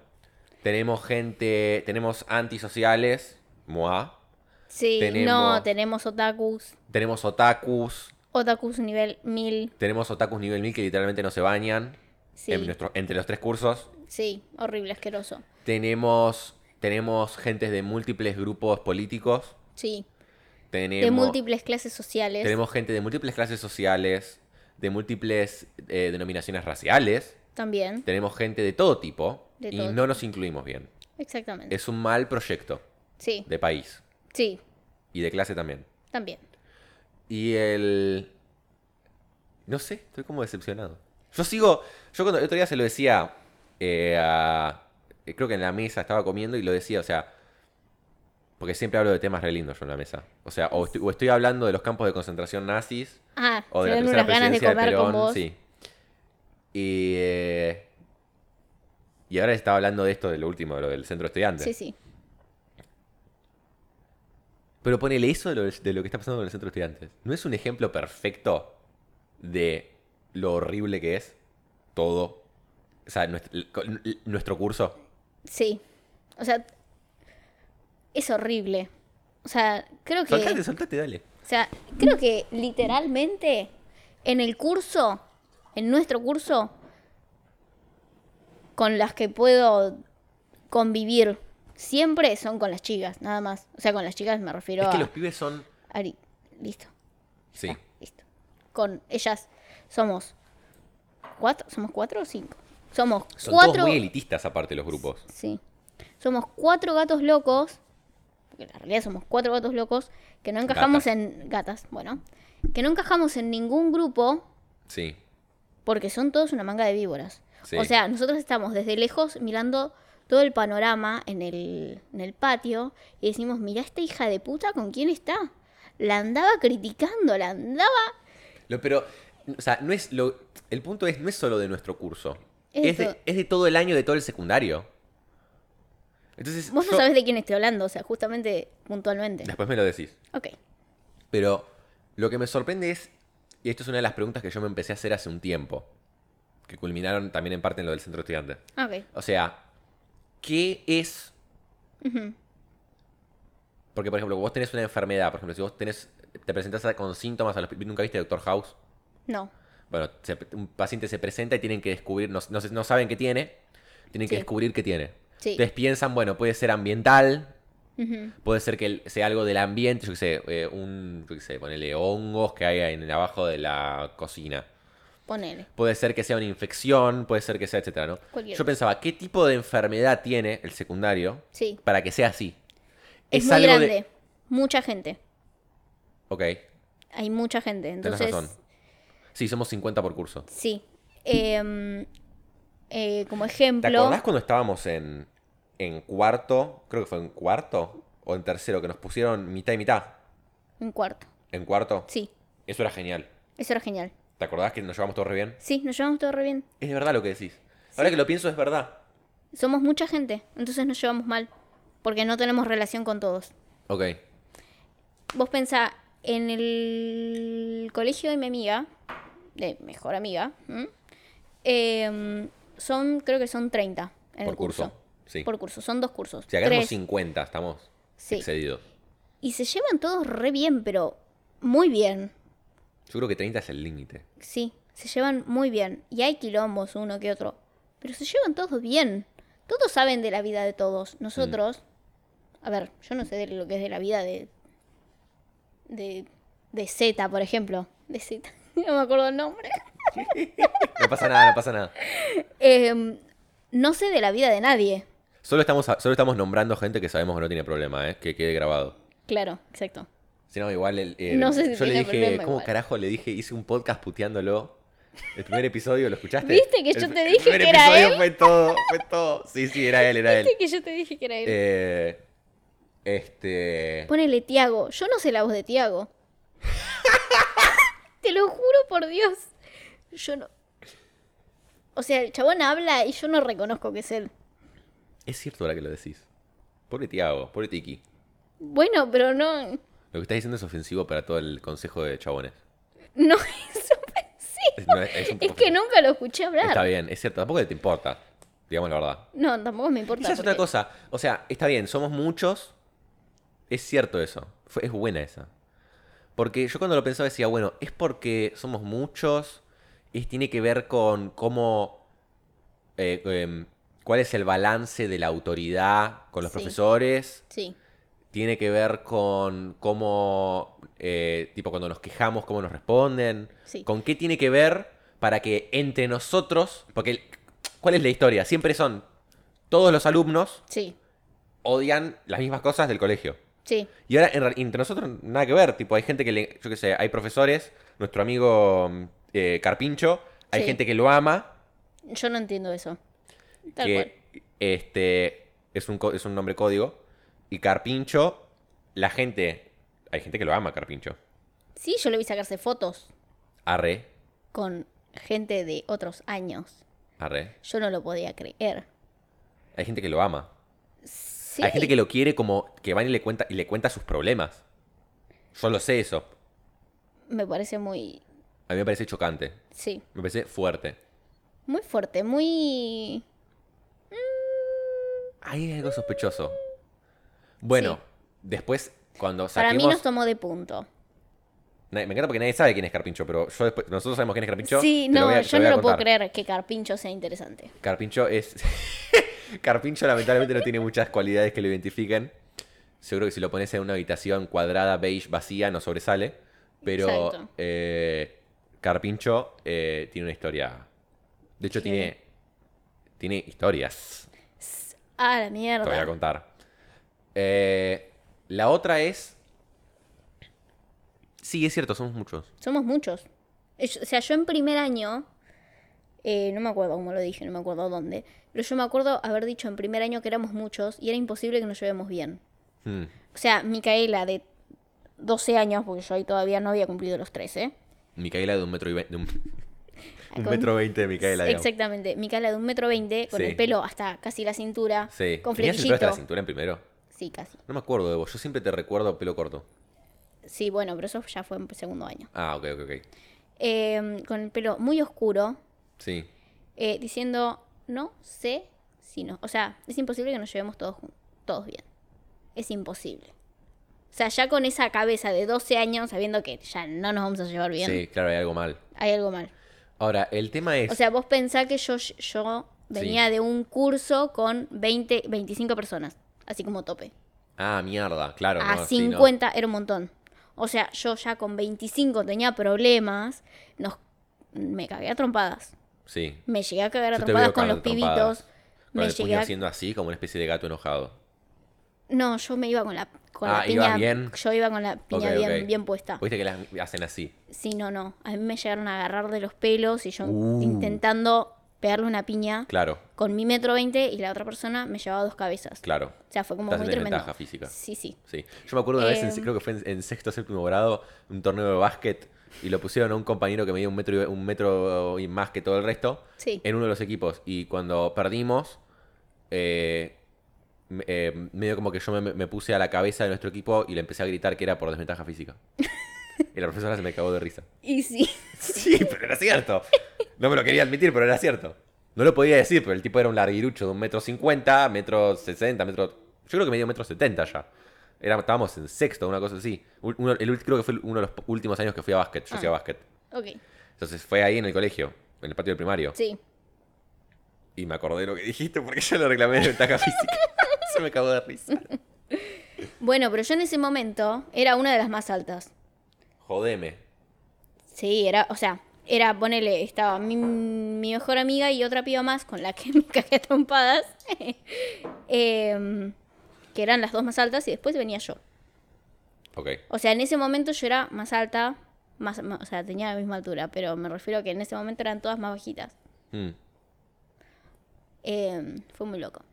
[SPEAKER 1] tenemos gente, tenemos antisociales, moa,
[SPEAKER 2] sí.
[SPEAKER 1] Tenemos-
[SPEAKER 2] No, tenemos otakus.
[SPEAKER 1] tenemos otakus,
[SPEAKER 2] Otakus nivel 1000.
[SPEAKER 1] tenemos otakus nivel 1000 que literalmente no se bañan
[SPEAKER 2] Sí,
[SPEAKER 1] en nuestro- entre los tres cursos,
[SPEAKER 2] sí, horrible, asqueroso.
[SPEAKER 1] tenemos tenemos gentes de múltiples grupos políticos,
[SPEAKER 2] Sí,
[SPEAKER 1] tenemos
[SPEAKER 2] de múltiples clases sociales.
[SPEAKER 1] tenemos gente de múltiples clases sociales, de múltiples eh, denominaciones raciales,
[SPEAKER 2] También,
[SPEAKER 1] tenemos gente de todo tipo
[SPEAKER 2] De
[SPEAKER 1] y
[SPEAKER 2] todo
[SPEAKER 1] no nos incluimos bien.
[SPEAKER 2] exactamente.
[SPEAKER 1] Es un mal proyecto
[SPEAKER 2] Sí,
[SPEAKER 1] de país
[SPEAKER 2] sí,
[SPEAKER 1] y de clase también.
[SPEAKER 2] también.
[SPEAKER 1] Y el. No sé, estoy como decepcionado. Yo sigo. Yo cuando el otro día se lo decía eh, a. eh, creo que en la mesa estaba comiendo y lo decía, o sea, porque siempre hablo de temas re lindos yo en la mesa. O sea, o estoy, o estoy hablando de los campos de concentración nazis,
[SPEAKER 2] Ah,
[SPEAKER 1] o
[SPEAKER 2] se
[SPEAKER 1] de la
[SPEAKER 2] dan
[SPEAKER 1] tercera
[SPEAKER 2] unas ganas de
[SPEAKER 1] presidencia de,
[SPEAKER 2] comer con
[SPEAKER 1] Perón,
[SPEAKER 2] vos.
[SPEAKER 1] sí. Y, eh, y ahora estaba hablando de esto, de lo último, de lo del centro estudiante.
[SPEAKER 2] Sí, sí.
[SPEAKER 1] Pero ponele eso de lo, de lo que está pasando en el centro de estudiantes. ¿No es un ejemplo perfecto de lo horrible que es todo? O sea, nuestro, nuestro curso.
[SPEAKER 2] Sí. O sea, es horrible. O sea, creo que.
[SPEAKER 1] Soltate, soltate, dale.
[SPEAKER 2] O sea, creo que literalmente en el curso, en nuestro curso, con las que puedo convivir siempre son con las chicas, nada más. O sea, con las chicas me refiero
[SPEAKER 1] es que
[SPEAKER 2] a.
[SPEAKER 1] los pibes son...
[SPEAKER 2] Ari, listo.
[SPEAKER 1] Sí.
[SPEAKER 2] Ah, listo. Con ellas somos cuatro, somos cuatro o cinco. Somos
[SPEAKER 1] Son
[SPEAKER 2] cuatro.
[SPEAKER 1] todos muy elitistas aparte los grupos.
[SPEAKER 2] Sí. Somos cuatro gatos locos. Porque en realidad somos cuatro gatos locos. Que no encajamos
[SPEAKER 1] Gatas.
[SPEAKER 2] en. Gatas, bueno. Que no encajamos en ningún grupo.
[SPEAKER 1] Sí.
[SPEAKER 2] Porque son todos una manga de víboras.
[SPEAKER 1] Sí.
[SPEAKER 2] O sea, nosotros estamos desde lejos mirando todo el panorama en el, en el patio. Y decimos, mirá esta hija de puta con quién está. La andaba criticando, la andaba.
[SPEAKER 1] Lo- pero, o sea, no es lo, el punto es, no es solo de nuestro curso.
[SPEAKER 2] Es de
[SPEAKER 1] Es de,
[SPEAKER 2] todo.
[SPEAKER 1] es de todo el año, de todo el secundario. Entonces,
[SPEAKER 2] Vos no
[SPEAKER 1] yo-
[SPEAKER 2] sabés de quién estoy hablando, o sea, justamente puntualmente.
[SPEAKER 1] después me lo decís.
[SPEAKER 2] Ok.
[SPEAKER 1] Pero lo que me sorprende es, y esto es una de las preguntas que yo me empecé a hacer hace un tiempo, que culminaron también en parte en lo del centro estudiante.
[SPEAKER 2] Ok.
[SPEAKER 1] O sea, ¿qué es? Porque, por ejemplo, vos tenés una enfermedad, por ejemplo, si vos tenés, te presentás a- con síntomas, a los, ¿nunca viste Doctor House?
[SPEAKER 2] No.
[SPEAKER 1] Bueno, se- un paciente se presenta y tienen que descubrir, no, no se- no saben qué tiene, tienen que
[SPEAKER 2] Sí.
[SPEAKER 1] descubrir qué tiene.
[SPEAKER 2] Sí.
[SPEAKER 1] Entonces piensan, bueno, puede ser ambiental,
[SPEAKER 2] Ujú.
[SPEAKER 1] Puede ser que el- sea algo del ambiente, yo qué sé, eh, un, yo qué sé, ponele hongos que hay en abajo de la cocina.
[SPEAKER 2] Ponele.
[SPEAKER 1] Puede ser que sea una infección, puede ser que sea, etcétera, ¿no?
[SPEAKER 2] Cualquier
[SPEAKER 1] Yo
[SPEAKER 2] cosa.
[SPEAKER 1] pensaba, ¿qué tipo de enfermedad tiene el secundario
[SPEAKER 2] Sí.
[SPEAKER 1] para que sea así?
[SPEAKER 2] Es, muy grande.
[SPEAKER 1] de...
[SPEAKER 2] Mucha gente.
[SPEAKER 1] Ok,
[SPEAKER 2] Hay mucha gente.
[SPEAKER 1] tenés
[SPEAKER 2] Entonces,
[SPEAKER 1] razón. Sí, somos 50 por curso.
[SPEAKER 2] sí. Em, eh, como
[SPEAKER 1] ¿Te
[SPEAKER 2] ejemplo.
[SPEAKER 1] acordás cuando estábamos en, en cuarto, creo que fue en cuarto o en tercero, que nos pusieron mitad y mitad?
[SPEAKER 2] Un cuarto.
[SPEAKER 1] ¿En cuarto?
[SPEAKER 2] Sí.
[SPEAKER 1] Eso era genial.
[SPEAKER 2] Eso era genial.
[SPEAKER 1] ¿Te acordás que nos llevamos todos re bien?
[SPEAKER 2] Sí, nos llevamos todo re bien.
[SPEAKER 1] Es verdad lo que decís. Ahora que lo pienso es verdad.
[SPEAKER 2] Somos mucha gente. Entonces nos llevamos mal. Porque no tenemos relación con todos.
[SPEAKER 1] Ok.
[SPEAKER 2] Vos pensá, en el colegio de mi amiga, de mejor amiga, ¿m? Em, son, creo que son 30 en el
[SPEAKER 1] Por curso, sí.
[SPEAKER 2] Por curso, son dos cursos.
[SPEAKER 1] Si acá somos
[SPEAKER 2] tres.
[SPEAKER 1] 50, estamos
[SPEAKER 2] Sí.
[SPEAKER 1] excedidos.
[SPEAKER 2] Y se llevan todos re bien, pero muy bien.
[SPEAKER 1] Yo creo que 30 es el límite.
[SPEAKER 2] Sí, se llevan muy bien. Y hay quilombos uno que otro. Pero se llevan todos bien. Todos saben de la vida de todos. Nosotros. A ver, yo no sé de lo que es de la vida de. de. de Z, por ejemplo. De Z. No me acuerdo el nombre.
[SPEAKER 1] No pasa nada, no pasa nada.
[SPEAKER 2] Em, no sé de la vida de nadie.
[SPEAKER 1] Solo estamos, solo estamos nombrando gente que sabemos que no tiene problema, ¿eh? que quede grabado.
[SPEAKER 2] Claro, exacto.
[SPEAKER 1] Si no, igual el, el-
[SPEAKER 2] No sé si
[SPEAKER 1] yo le
[SPEAKER 2] tiene
[SPEAKER 1] dije,
[SPEAKER 2] problema
[SPEAKER 1] ¿cómo
[SPEAKER 2] igual.
[SPEAKER 1] carajo le dije? Hice un podcast puteándolo. El primer episodio, ¿lo escuchaste?
[SPEAKER 2] ¿Viste que yo
[SPEAKER 1] El-
[SPEAKER 2] te
[SPEAKER 1] el
[SPEAKER 2] dije
[SPEAKER 1] primer
[SPEAKER 2] que era
[SPEAKER 1] episodio
[SPEAKER 2] él?
[SPEAKER 1] Fue todo, fue todo. Sí, sí, era él, era él.
[SPEAKER 2] Viste que yo te dije que era él.
[SPEAKER 1] Eh, este.
[SPEAKER 2] Ponele Tiago. Yo no sé la voz de Tiago. Te lo juro por Dios. Yo no. O sea, el chabón habla y yo no reconozco que es él.
[SPEAKER 1] Es cierto ahora que lo decís. Pobre Tiago, pobre Tiki.
[SPEAKER 2] Bueno, pero no.
[SPEAKER 1] Lo que estás diciendo es ofensivo para todo el consejo de chabones.
[SPEAKER 2] No es ofensivo.
[SPEAKER 1] Es- no, es- es un poco
[SPEAKER 2] Es que
[SPEAKER 1] ofensivo.
[SPEAKER 2] nunca lo escuché
[SPEAKER 1] Está
[SPEAKER 2] hablar.
[SPEAKER 1] bien, es cierto, tampoco te importa, digamos la verdad.
[SPEAKER 2] No, tampoco me importa.
[SPEAKER 1] Esa es otra
[SPEAKER 2] porque-
[SPEAKER 1] cosa, o sea, está bien, somos muchos, es cierto eso, fue- es buena esa. Porque yo cuando lo pensaba decía, bueno, es porque somos muchos, es, tiene que ver con cómo, eh, em, cuál es el balance de la autoridad con los
[SPEAKER 2] Sí.
[SPEAKER 1] profesores,
[SPEAKER 2] Sí,
[SPEAKER 1] tiene que ver con cómo, eh, tipo, cuando nos quejamos, cómo nos responden.
[SPEAKER 2] Sí.
[SPEAKER 1] ¿Con qué tiene que ver para que entre nosotros, porque, el- ¿cuál es la historia? Siempre son, todos los alumnos
[SPEAKER 2] sí,
[SPEAKER 1] odian las mismas cosas del colegio.
[SPEAKER 2] sí.
[SPEAKER 1] Y ahora, en real- entre nosotros, nada que ver. Tipo, hay gente que le, yo qué sé, hay profesores, nuestro amigo mm, eh, Carpincho, hay
[SPEAKER 2] Sí.
[SPEAKER 1] gente que lo ama,
[SPEAKER 2] Yo no entiendo eso. Tal
[SPEAKER 1] que
[SPEAKER 2] cual.
[SPEAKER 1] Este, es un, co- es un nombre código. Y Carpincho, la gente, hay gente que lo ama, Carpincho.
[SPEAKER 2] Sí, yo le vi sacarse fotos
[SPEAKER 1] Arre,
[SPEAKER 2] con gente de otros años.
[SPEAKER 1] arre.
[SPEAKER 2] Yo no lo podía creer.
[SPEAKER 1] Hay gente que lo ama.
[SPEAKER 2] Sí.
[SPEAKER 1] Hay gente que lo quiere como que van y le cuenta y le cuenta sus problemas. Yo lo sé eso.
[SPEAKER 2] Me parece muy.
[SPEAKER 1] A mí me parece chocante.
[SPEAKER 2] Sí.
[SPEAKER 1] Me parece fuerte.
[SPEAKER 2] Muy fuerte, muy.
[SPEAKER 1] Ahí hay algo sospechoso. Bueno,
[SPEAKER 2] Sí.
[SPEAKER 1] después cuando
[SPEAKER 2] Para
[SPEAKER 1] saquemos...
[SPEAKER 2] mí nos tomó de punto.
[SPEAKER 1] Nadie- me encanta porque nadie sabe quién es Carpincho, pero yo después- nosotros sabemos quién es Carpincho.
[SPEAKER 2] sí,
[SPEAKER 1] te lo
[SPEAKER 2] no,
[SPEAKER 1] voy a- te
[SPEAKER 2] yo
[SPEAKER 1] voy
[SPEAKER 2] no
[SPEAKER 1] a
[SPEAKER 2] lo puedo
[SPEAKER 1] contar.
[SPEAKER 2] creer que Carpincho sea interesante.
[SPEAKER 1] Carpincho es. Carpincho lamentablemente no tiene muchas cualidades que lo identifiquen. Seguro que si lo pones en una habitación cuadrada, beige, vacía, no sobresale. Pero
[SPEAKER 2] Exacto.
[SPEAKER 1] eh, Carpincho eh, tiene una historia. De hecho, tiene. Tiene historias.
[SPEAKER 2] Ah, la
[SPEAKER 1] Te voy a
[SPEAKER 2] mierda.
[SPEAKER 1] contar. Eh, la otra es. Sí, es cierto, somos muchos.
[SPEAKER 2] Somos muchos. Es- O sea, yo en primer año. eh, no me acuerdo cómo lo dije, no me acuerdo dónde. Pero yo me acuerdo haber dicho en primer año que éramos muchos y era imposible que nos llevemos bien.
[SPEAKER 1] Hmm.
[SPEAKER 2] O sea, Micaela de 12 años, porque yo ahí todavía no había cumplido los 13.
[SPEAKER 1] Micaela de un metro y ve- de un, un
[SPEAKER 2] Con-
[SPEAKER 1] metro veinte de Micaela. digamos.
[SPEAKER 2] Exactamente. Micaela de un metro veinte, con
[SPEAKER 1] Sí.
[SPEAKER 2] el pelo hasta casi la cintura.
[SPEAKER 1] Sí.
[SPEAKER 2] Con
[SPEAKER 1] ¿Tenías el pelo hasta
[SPEAKER 2] flequillito.
[SPEAKER 1] la cintura en primero?
[SPEAKER 2] Sí, casi.
[SPEAKER 1] No me acuerdo de vos, yo siempre te recuerdo pelo corto.
[SPEAKER 2] Sí, bueno, pero eso ya fue en segundo año.
[SPEAKER 1] Ah, ok, ok, ok.
[SPEAKER 2] Eh, con el pelo muy oscuro,
[SPEAKER 1] Sí.
[SPEAKER 2] eh, diciendo, no sé si no. O sea, es imposible que nos llevemos todos, jun- todos bien. Es imposible. O sea, ya con esa cabeza de 12 años, sabiendo que ya no nos vamos a llevar bien,
[SPEAKER 1] Sí, claro, hay algo mal.
[SPEAKER 2] hay algo mal.
[SPEAKER 1] Ahora, el tema es.
[SPEAKER 2] O sea, vos pensás que yo, yo venía de un curso con 20, 25 personas, así como tope.
[SPEAKER 1] ah, mierda, claro.
[SPEAKER 2] a
[SPEAKER 1] no, sí, no.
[SPEAKER 2] 50 era un montón. O sea, yo ya con 25 tenía problemas, nos, me cagué a trompadas.
[SPEAKER 1] Sí.
[SPEAKER 2] Me llegué a cagar a
[SPEAKER 1] Yo te
[SPEAKER 2] trompadas
[SPEAKER 1] veo
[SPEAKER 2] con los
[SPEAKER 1] cagando trompadas,
[SPEAKER 2] pibitos.
[SPEAKER 1] Con
[SPEAKER 2] Me
[SPEAKER 1] el
[SPEAKER 2] llegué
[SPEAKER 1] puño
[SPEAKER 2] a-
[SPEAKER 1] haciendo así, como una especie de gato enojado.
[SPEAKER 2] No, yo me iba con la, con
[SPEAKER 1] Ah,
[SPEAKER 2] la
[SPEAKER 1] ¿ibas
[SPEAKER 2] piña.
[SPEAKER 1] bien?
[SPEAKER 2] Yo iba con la piña
[SPEAKER 1] Ok,
[SPEAKER 2] bien,
[SPEAKER 1] ok.
[SPEAKER 2] bien puesta.
[SPEAKER 1] Viste que las hacen así.
[SPEAKER 2] Sí, no, no. A mí me llegaron a agarrar de los pelos y yo
[SPEAKER 1] Uh.
[SPEAKER 2] intentando pegarle una piña
[SPEAKER 1] Claro,
[SPEAKER 2] con mi metro 20 y la otra persona me llevaba dos cabezas.
[SPEAKER 1] claro.
[SPEAKER 2] O sea, fue como
[SPEAKER 1] Estás
[SPEAKER 2] muy
[SPEAKER 1] en
[SPEAKER 2] tremendo.
[SPEAKER 1] desventaja física.
[SPEAKER 2] Sí, sí.
[SPEAKER 1] Sí. Yo me acuerdo una vez, en-
[SPEAKER 2] Em.
[SPEAKER 1] creo que fue en, en sexto o séptimo grado, un torneo de básquet y lo pusieron a un compañero que medía un metro, y- un metro y más que todo el resto
[SPEAKER 2] Sí.
[SPEAKER 1] en uno de los equipos. Y cuando perdimos, eh, me- eh, medio como que yo me, me puse a la cabeza de nuestro equipo y le empecé a gritar que era por desventaja física. y la profesora se me cagó de risa.
[SPEAKER 2] Y sí.
[SPEAKER 1] Sí, pero era cierto. No me lo quería admitir, pero era cierto. No lo podía decir, pero el tipo era un larguirucho de un metro cincuenta, metro sesenta, metro... Yo creo que medio metro setenta ya. Era- estábamos en sexto, una cosa así. Un- uno- el, ulti- creo que fue uno de los últimos años que fui a básquet. Yo
[SPEAKER 2] Ah.
[SPEAKER 1] hacía básquet.
[SPEAKER 2] Ok.
[SPEAKER 1] Entonces fue ahí en el colegio, en el patio del primario.
[SPEAKER 2] Sí.
[SPEAKER 1] Y me acordé de lo que dijiste porque yo lo reclamé de ventaja física. Se me acabó de risa.
[SPEAKER 2] Bueno, pero yo en ese momento era una de las más altas.
[SPEAKER 1] Jodeme.
[SPEAKER 2] Sí, era, o sea, era, ponele, estaba mi, mi mejor amiga y otra piba más con la que me cagué a trompadas, em, que eran las dos más altas y después venía yo.
[SPEAKER 1] Ok.
[SPEAKER 2] O sea, en ese momento yo era más alta, más, más- o sea, tenía la misma altura, pero me refiero a que en ese momento eran todas más bajitas.
[SPEAKER 1] Mm.
[SPEAKER 2] Em, fue muy loco.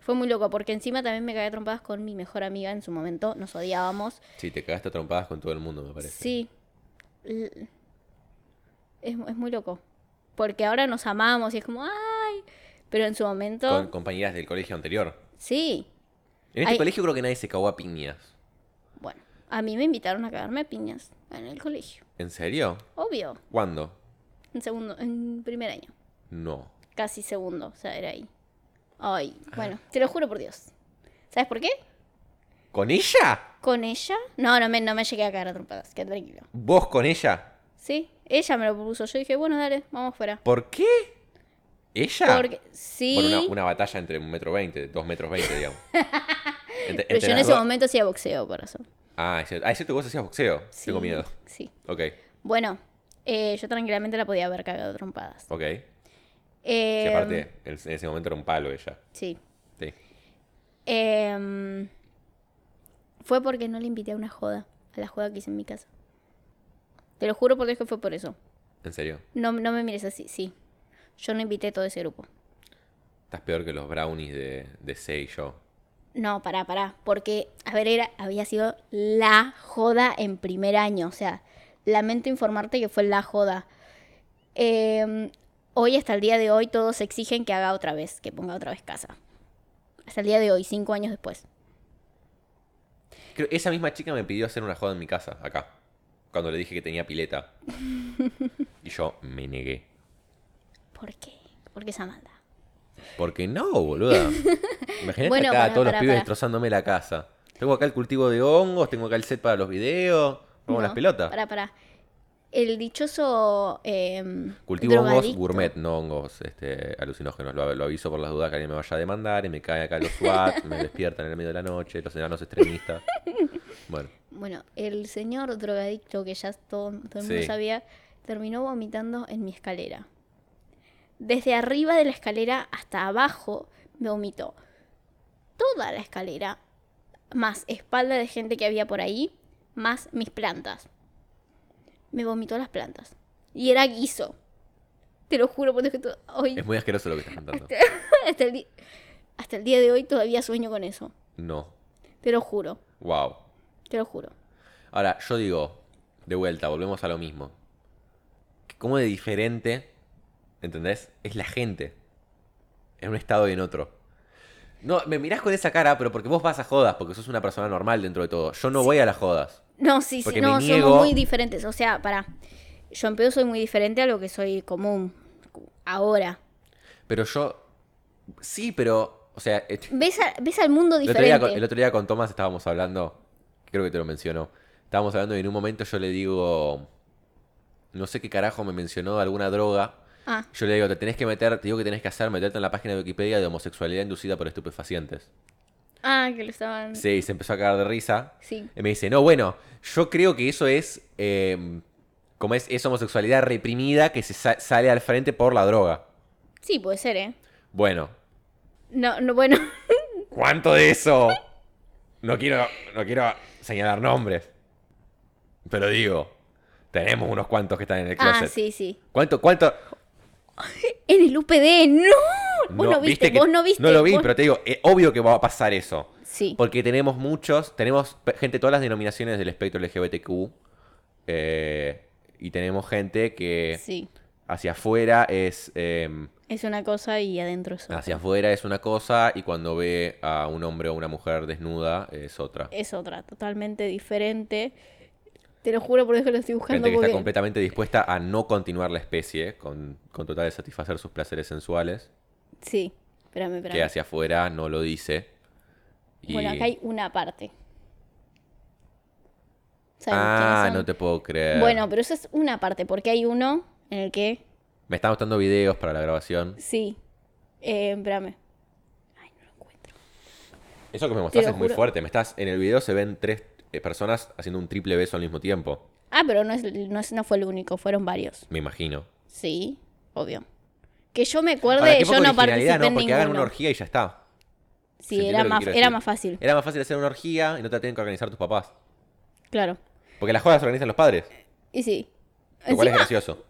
[SPEAKER 2] Fue muy loco porque encima también me cagué a trompadas con mi mejor amiga en su momento, nos odiábamos.
[SPEAKER 1] Sí, te cagaste a trompadas con todo el mundo, me parece.
[SPEAKER 2] Sí. L- Es, es muy loco. Porque ahora nos amamos y es como, ¡ay! Pero en su momento.
[SPEAKER 1] Con compañeras del colegio anterior.
[SPEAKER 2] Sí.
[SPEAKER 1] En este
[SPEAKER 2] Ay.
[SPEAKER 1] colegio creo que nadie se cagó a piñas.
[SPEAKER 2] Bueno, a mí me invitaron a cagarme a piñas en el colegio.
[SPEAKER 1] ¿En serio?
[SPEAKER 2] Obvio.
[SPEAKER 1] ¿Cuándo?
[SPEAKER 2] En segundo, en primer año.
[SPEAKER 1] No.
[SPEAKER 2] Casi segundo, o sea, era ahí. Ay,
[SPEAKER 1] Ah.
[SPEAKER 2] bueno, te lo juro por Dios. ¿Sabes por qué?
[SPEAKER 1] ¿Con ella?
[SPEAKER 2] Con ella. No, no me, no me llegué a cagar a trompadas, que tranquilo.
[SPEAKER 1] ¿Vos con ella?
[SPEAKER 2] Sí, ella me lo propuso. Yo dije, bueno, dale, vamos fuera.
[SPEAKER 1] ¿Por qué? ¿Ella?
[SPEAKER 2] Porque, sí.
[SPEAKER 1] Bueno, una, una batalla entre un metro veinte, dos metros veinte, digamos. Entre-
[SPEAKER 2] pero
[SPEAKER 1] entre
[SPEAKER 2] yo en
[SPEAKER 1] las
[SPEAKER 2] ese
[SPEAKER 1] dos-
[SPEAKER 2] momento hacía boxeo, corazón.
[SPEAKER 1] Ah, es cierto. Ah, es cierto que vos hacías boxeo.
[SPEAKER 2] Sí,
[SPEAKER 1] Tengo miedo.
[SPEAKER 2] Sí.
[SPEAKER 1] Ok,
[SPEAKER 2] Bueno, eh, yo tranquilamente la podía haber cagado a trompadas.
[SPEAKER 1] ok.
[SPEAKER 2] Eh,
[SPEAKER 1] Sí,
[SPEAKER 2] Em,
[SPEAKER 1] aparte, en en ese momento era un palo ella.
[SPEAKER 2] Sí.
[SPEAKER 1] Sí.
[SPEAKER 2] Em, fue porque no le invité a una joda, a la joda que hice en mi casa. Te lo juro por Dios que fue por eso.
[SPEAKER 1] ¿En serio?
[SPEAKER 2] No, no me mires así, sí. Yo no invité a todo ese grupo.
[SPEAKER 1] Estás peor que los brownies de, de Seiyo.
[SPEAKER 2] No, pará, pará. Porque, a ver, era, había sido la joda en primer año. O sea, lamento informarte que fue la joda. Eh, hoy, hasta el día de hoy, todos exigen que haga otra vez, que ponga otra vez casa. Hasta el día de hoy, cinco años después.
[SPEAKER 1] Creo, esa misma chica me pidió hacer una joda en mi casa, acá. Cuando le dije que tenía pileta. y yo me negué.
[SPEAKER 2] ¿Por qué? ¿Por qué esa maldad?
[SPEAKER 1] Porque no, boluda. Imagínate
[SPEAKER 2] Bueno,
[SPEAKER 1] acá
[SPEAKER 2] pará,
[SPEAKER 1] todos los
[SPEAKER 2] pará,
[SPEAKER 1] pibes
[SPEAKER 2] pará.
[SPEAKER 1] destrozándome la casa. Tengo acá el cultivo de hongos, tengo acá el set para los videos, pongo las
[SPEAKER 2] No,
[SPEAKER 1] pelotas.
[SPEAKER 2] Pará, pará. El dichoso. em,
[SPEAKER 1] Cultivo hongos
[SPEAKER 2] drogadicto.
[SPEAKER 1] gourmet, no hongos este, alucinógenos. Lo, lo aviso por las dudas que alguien me vaya a demandar y me cae acá los SWAT, me despiertan en el medio de la noche, los enanos extremistas. Bueno,
[SPEAKER 2] Bueno, el señor drogadicto que ya todo, todo el mundo
[SPEAKER 1] Sí.
[SPEAKER 2] sabía, terminó vomitando en mi escalera. Desde arriba de la escalera hasta abajo me vomitó. Toda la escalera, más espalda de gente que había por ahí, más mis plantas. Me vomitó las plantas. Y era guiso. Te lo juro, porque hoy,
[SPEAKER 1] es muy asqueroso lo que estás contando.
[SPEAKER 2] hasta, el di- hasta el día de hoy todavía sueño con eso.
[SPEAKER 1] No.
[SPEAKER 2] Te lo juro,
[SPEAKER 1] Wow.
[SPEAKER 2] te lo juro.
[SPEAKER 1] Ahora, yo digo, de vuelta, volvemos a lo mismo. ¿Cómo de diferente, entendés? Es la gente. En un estado y en otro. No, me mirás con esa cara, pero porque vos vas a jodas, porque sos una persona normal dentro de todo. Yo no voy a las jodas.
[SPEAKER 2] No, sí, sí,
[SPEAKER 1] Porque
[SPEAKER 2] no,
[SPEAKER 1] me niego-
[SPEAKER 2] somos muy diferentes. O sea, para. Yo en pedo soy muy diferente a lo que soy común ahora.
[SPEAKER 1] Pero yo. Sí, pero. O sea, eh,
[SPEAKER 2] ¿Ves, a- ves al mundo
[SPEAKER 1] el otro, día,
[SPEAKER 2] diferente?
[SPEAKER 1] con- el otro día con Tomás estábamos hablando. Creo que te lo mencionó. Estábamos hablando y en un momento yo le digo. No sé qué carajo me mencionó de alguna droga.
[SPEAKER 2] Ah,
[SPEAKER 1] Yo le digo, te tenés que meter, te digo que tenés que hacer, meterte en la página de Wikipedia de homosexualidad inducida por estupefacientes.
[SPEAKER 2] ah, que lo estaban. Sí.
[SPEAKER 1] Sí, y se empezó a cagar de risa. Y me dice, no, bueno, yo creo que eso es, eh, como es, es homosexualidad reprimida que se sa- sale al frente por la droga.
[SPEAKER 2] Sí, puede ser, ¿eh?
[SPEAKER 1] Bueno,
[SPEAKER 2] No, no, bueno.
[SPEAKER 1] ¿cuánto de eso? No quiero, no quiero señalar nombres. Pero digo, tenemos unos cuantos que están en el closet.
[SPEAKER 2] ah, sí, sí.
[SPEAKER 1] ¿Cuánto, cuánto?
[SPEAKER 2] En el UPD, no. Uh, Vos no, viste,
[SPEAKER 1] que-
[SPEAKER 2] vos no viste.
[SPEAKER 1] No lo vi,
[SPEAKER 2] vos-
[SPEAKER 1] pero te digo, es obvio que va a pasar eso.
[SPEAKER 2] Sí.
[SPEAKER 1] Porque tenemos muchos, tenemos pe- gente de todas las denominaciones del espectro LGBTQ. eh, y tenemos gente que
[SPEAKER 2] Sí.
[SPEAKER 1] hacia afuera es. eh,
[SPEAKER 2] Es una cosa y adentro es otra.
[SPEAKER 1] hacia afuera es una cosa y cuando ve a un hombre o una mujer desnuda es otra.
[SPEAKER 2] Es otra, totalmente diferente. Te lo juro por eso que lo estoy buscando.
[SPEAKER 1] Gente que está
[SPEAKER 2] porque-
[SPEAKER 1] completamente dispuesta a no continuar la especie con, con total de satisfacer sus placeres sensuales.
[SPEAKER 2] Sí, espérame, espérame.
[SPEAKER 1] Que hacia afuera no lo dice. Y-
[SPEAKER 2] Bueno, acá hay una parte. ¿Sabes
[SPEAKER 1] Ah,
[SPEAKER 2] quiénes son?
[SPEAKER 1] no te puedo creer.
[SPEAKER 2] Bueno, pero esa es una parte, porque hay uno en el que.
[SPEAKER 1] Me están mostrando videos para la grabación.
[SPEAKER 2] Sí. Eh, espérame. Ay, no lo encuentro.
[SPEAKER 1] Eso que me mostrás
[SPEAKER 2] Te
[SPEAKER 1] es
[SPEAKER 2] lo
[SPEAKER 1] muy
[SPEAKER 2] juro.
[SPEAKER 1] fuerte. Me estás, en el video se ven tres eh, personas haciendo un triple beso al mismo tiempo.
[SPEAKER 2] Ah, pero no, es, no, es- no fue el único, fueron varios.
[SPEAKER 1] Me imagino.
[SPEAKER 2] Sí, obvio. Que yo me acuerde,
[SPEAKER 1] Ahora, qué poca
[SPEAKER 2] yo no participé
[SPEAKER 1] originalidad,
[SPEAKER 2] en
[SPEAKER 1] Porque hagan una
[SPEAKER 2] ninguno.
[SPEAKER 1] orgía y ya está. ¿Se
[SPEAKER 2] Sí,
[SPEAKER 1] entiende
[SPEAKER 2] era
[SPEAKER 1] lo que
[SPEAKER 2] más,
[SPEAKER 1] quiero
[SPEAKER 2] era
[SPEAKER 1] decir? Eh.
[SPEAKER 2] más fácil,
[SPEAKER 1] Era más fácil hacer una orgía y no te la tienen que organizar tus papás.
[SPEAKER 2] claro.
[SPEAKER 1] Porque las jodas las organizan los padres.
[SPEAKER 2] Y sí.
[SPEAKER 1] Lo cual es
[SPEAKER 2] Encima-
[SPEAKER 1] gracioso.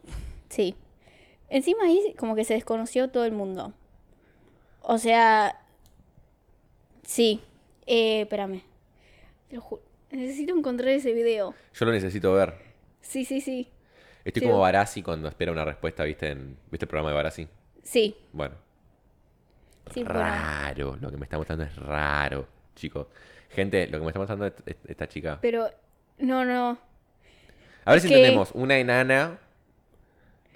[SPEAKER 2] Sí. Encima ahí como que se desconoció todo el mundo. O sea, sí. Eh, espérame. Te lo ju- Necesito encontrar ese video.
[SPEAKER 1] Yo lo necesito ver.
[SPEAKER 2] Sí, sí, sí.
[SPEAKER 1] Estoy
[SPEAKER 2] Sí.
[SPEAKER 1] como Barassi cuando espera una respuesta, ¿viste? En, ¿Viste el programa de Barassi?
[SPEAKER 2] Sí.
[SPEAKER 1] Bueno.
[SPEAKER 2] sí bueno.
[SPEAKER 1] raro. Lo que me está mostrando es raro, chicos. Gente, lo que me está mostrando es- es- esta chica.
[SPEAKER 2] Pero, no, no.
[SPEAKER 1] A ver si
[SPEAKER 2] que-
[SPEAKER 1] entendemos. Una enana.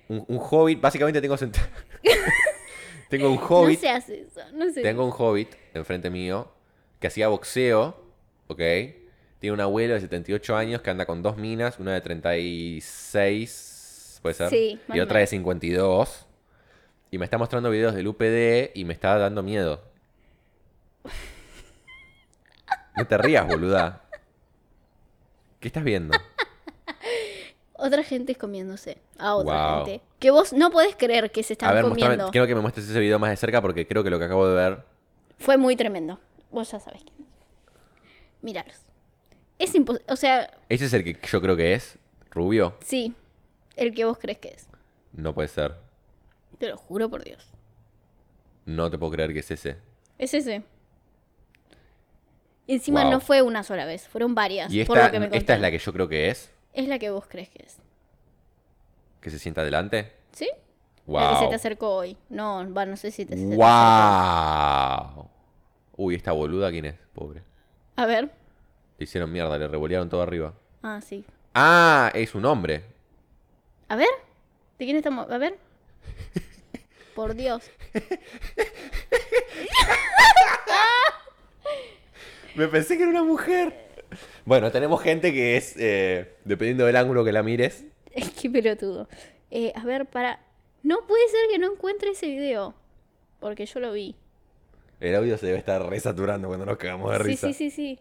[SPEAKER 1] Un, un hobbit. Básicamente tengo sent- tengo un hobbit.
[SPEAKER 2] No se hace eso. No se
[SPEAKER 1] Tengo un hobbit enfrente mío. Que hacía boxeo. ¿Ok? Tiene un abuelo de 78 años que anda con dos minas. Una de 36. Puede ser.
[SPEAKER 2] Sí, más
[SPEAKER 1] y
[SPEAKER 2] o
[SPEAKER 1] otra de
[SPEAKER 2] menos.
[SPEAKER 1] 52. Y me está mostrando videos del UPD y me está dando miedo. No te rías, boluda. ¿Qué estás viendo?
[SPEAKER 2] Otra gente es comiéndose a otra
[SPEAKER 1] Wow.
[SPEAKER 2] gente. Que vos no podés creer que se están
[SPEAKER 1] A ver, mostrame,
[SPEAKER 2] comiendo.
[SPEAKER 1] quiero que me muestres ese video más de cerca porque creo que lo que acabo de ver.
[SPEAKER 2] Fue muy tremendo. Vos ya sabés quién. Míralos. Es imposible. O sea,
[SPEAKER 1] ¿Ese es el que yo creo que es? ¿Rubio?
[SPEAKER 2] sí. El que vos crees que es.
[SPEAKER 1] No puede ser.
[SPEAKER 2] Te lo juro por Dios.
[SPEAKER 1] No te puedo creer que es ese.
[SPEAKER 2] Es ese. Encima
[SPEAKER 1] Wow.
[SPEAKER 2] no fue una sola vez, fueron varias.
[SPEAKER 1] Y
[SPEAKER 2] por
[SPEAKER 1] esta,
[SPEAKER 2] lo que me
[SPEAKER 1] esta es
[SPEAKER 2] contaron.
[SPEAKER 1] la que yo creo que es.
[SPEAKER 2] Es la que vos crees que es.
[SPEAKER 1] Que se sienta adelante.
[SPEAKER 2] ¿Sí? La que se
[SPEAKER 1] Wow.
[SPEAKER 2] te acercó hoy. No, va, no sé si te se te acercó.
[SPEAKER 1] Wow. Uy, esta boluda, ¿quién es? Pobre.
[SPEAKER 2] A ver.
[SPEAKER 1] Le hicieron mierda, le revolearon todo arriba.
[SPEAKER 2] Ah, sí.
[SPEAKER 1] Ah, es un hombre.
[SPEAKER 2] A ver. ¿De quién estamos? A ver. Por Dios.
[SPEAKER 1] Me pensé que era una mujer. Bueno, tenemos gente que es, eh, dependiendo del ángulo que la mires.
[SPEAKER 2] Qué pelotudo. Eh, a ver, para. No puede ser que no encuentre ese video. Porque yo lo vi.
[SPEAKER 1] El audio se debe estar resaturando cuando nos cagamos de
[SPEAKER 2] Sí,
[SPEAKER 1] risa. Ah.
[SPEAKER 2] sí, sí, sí.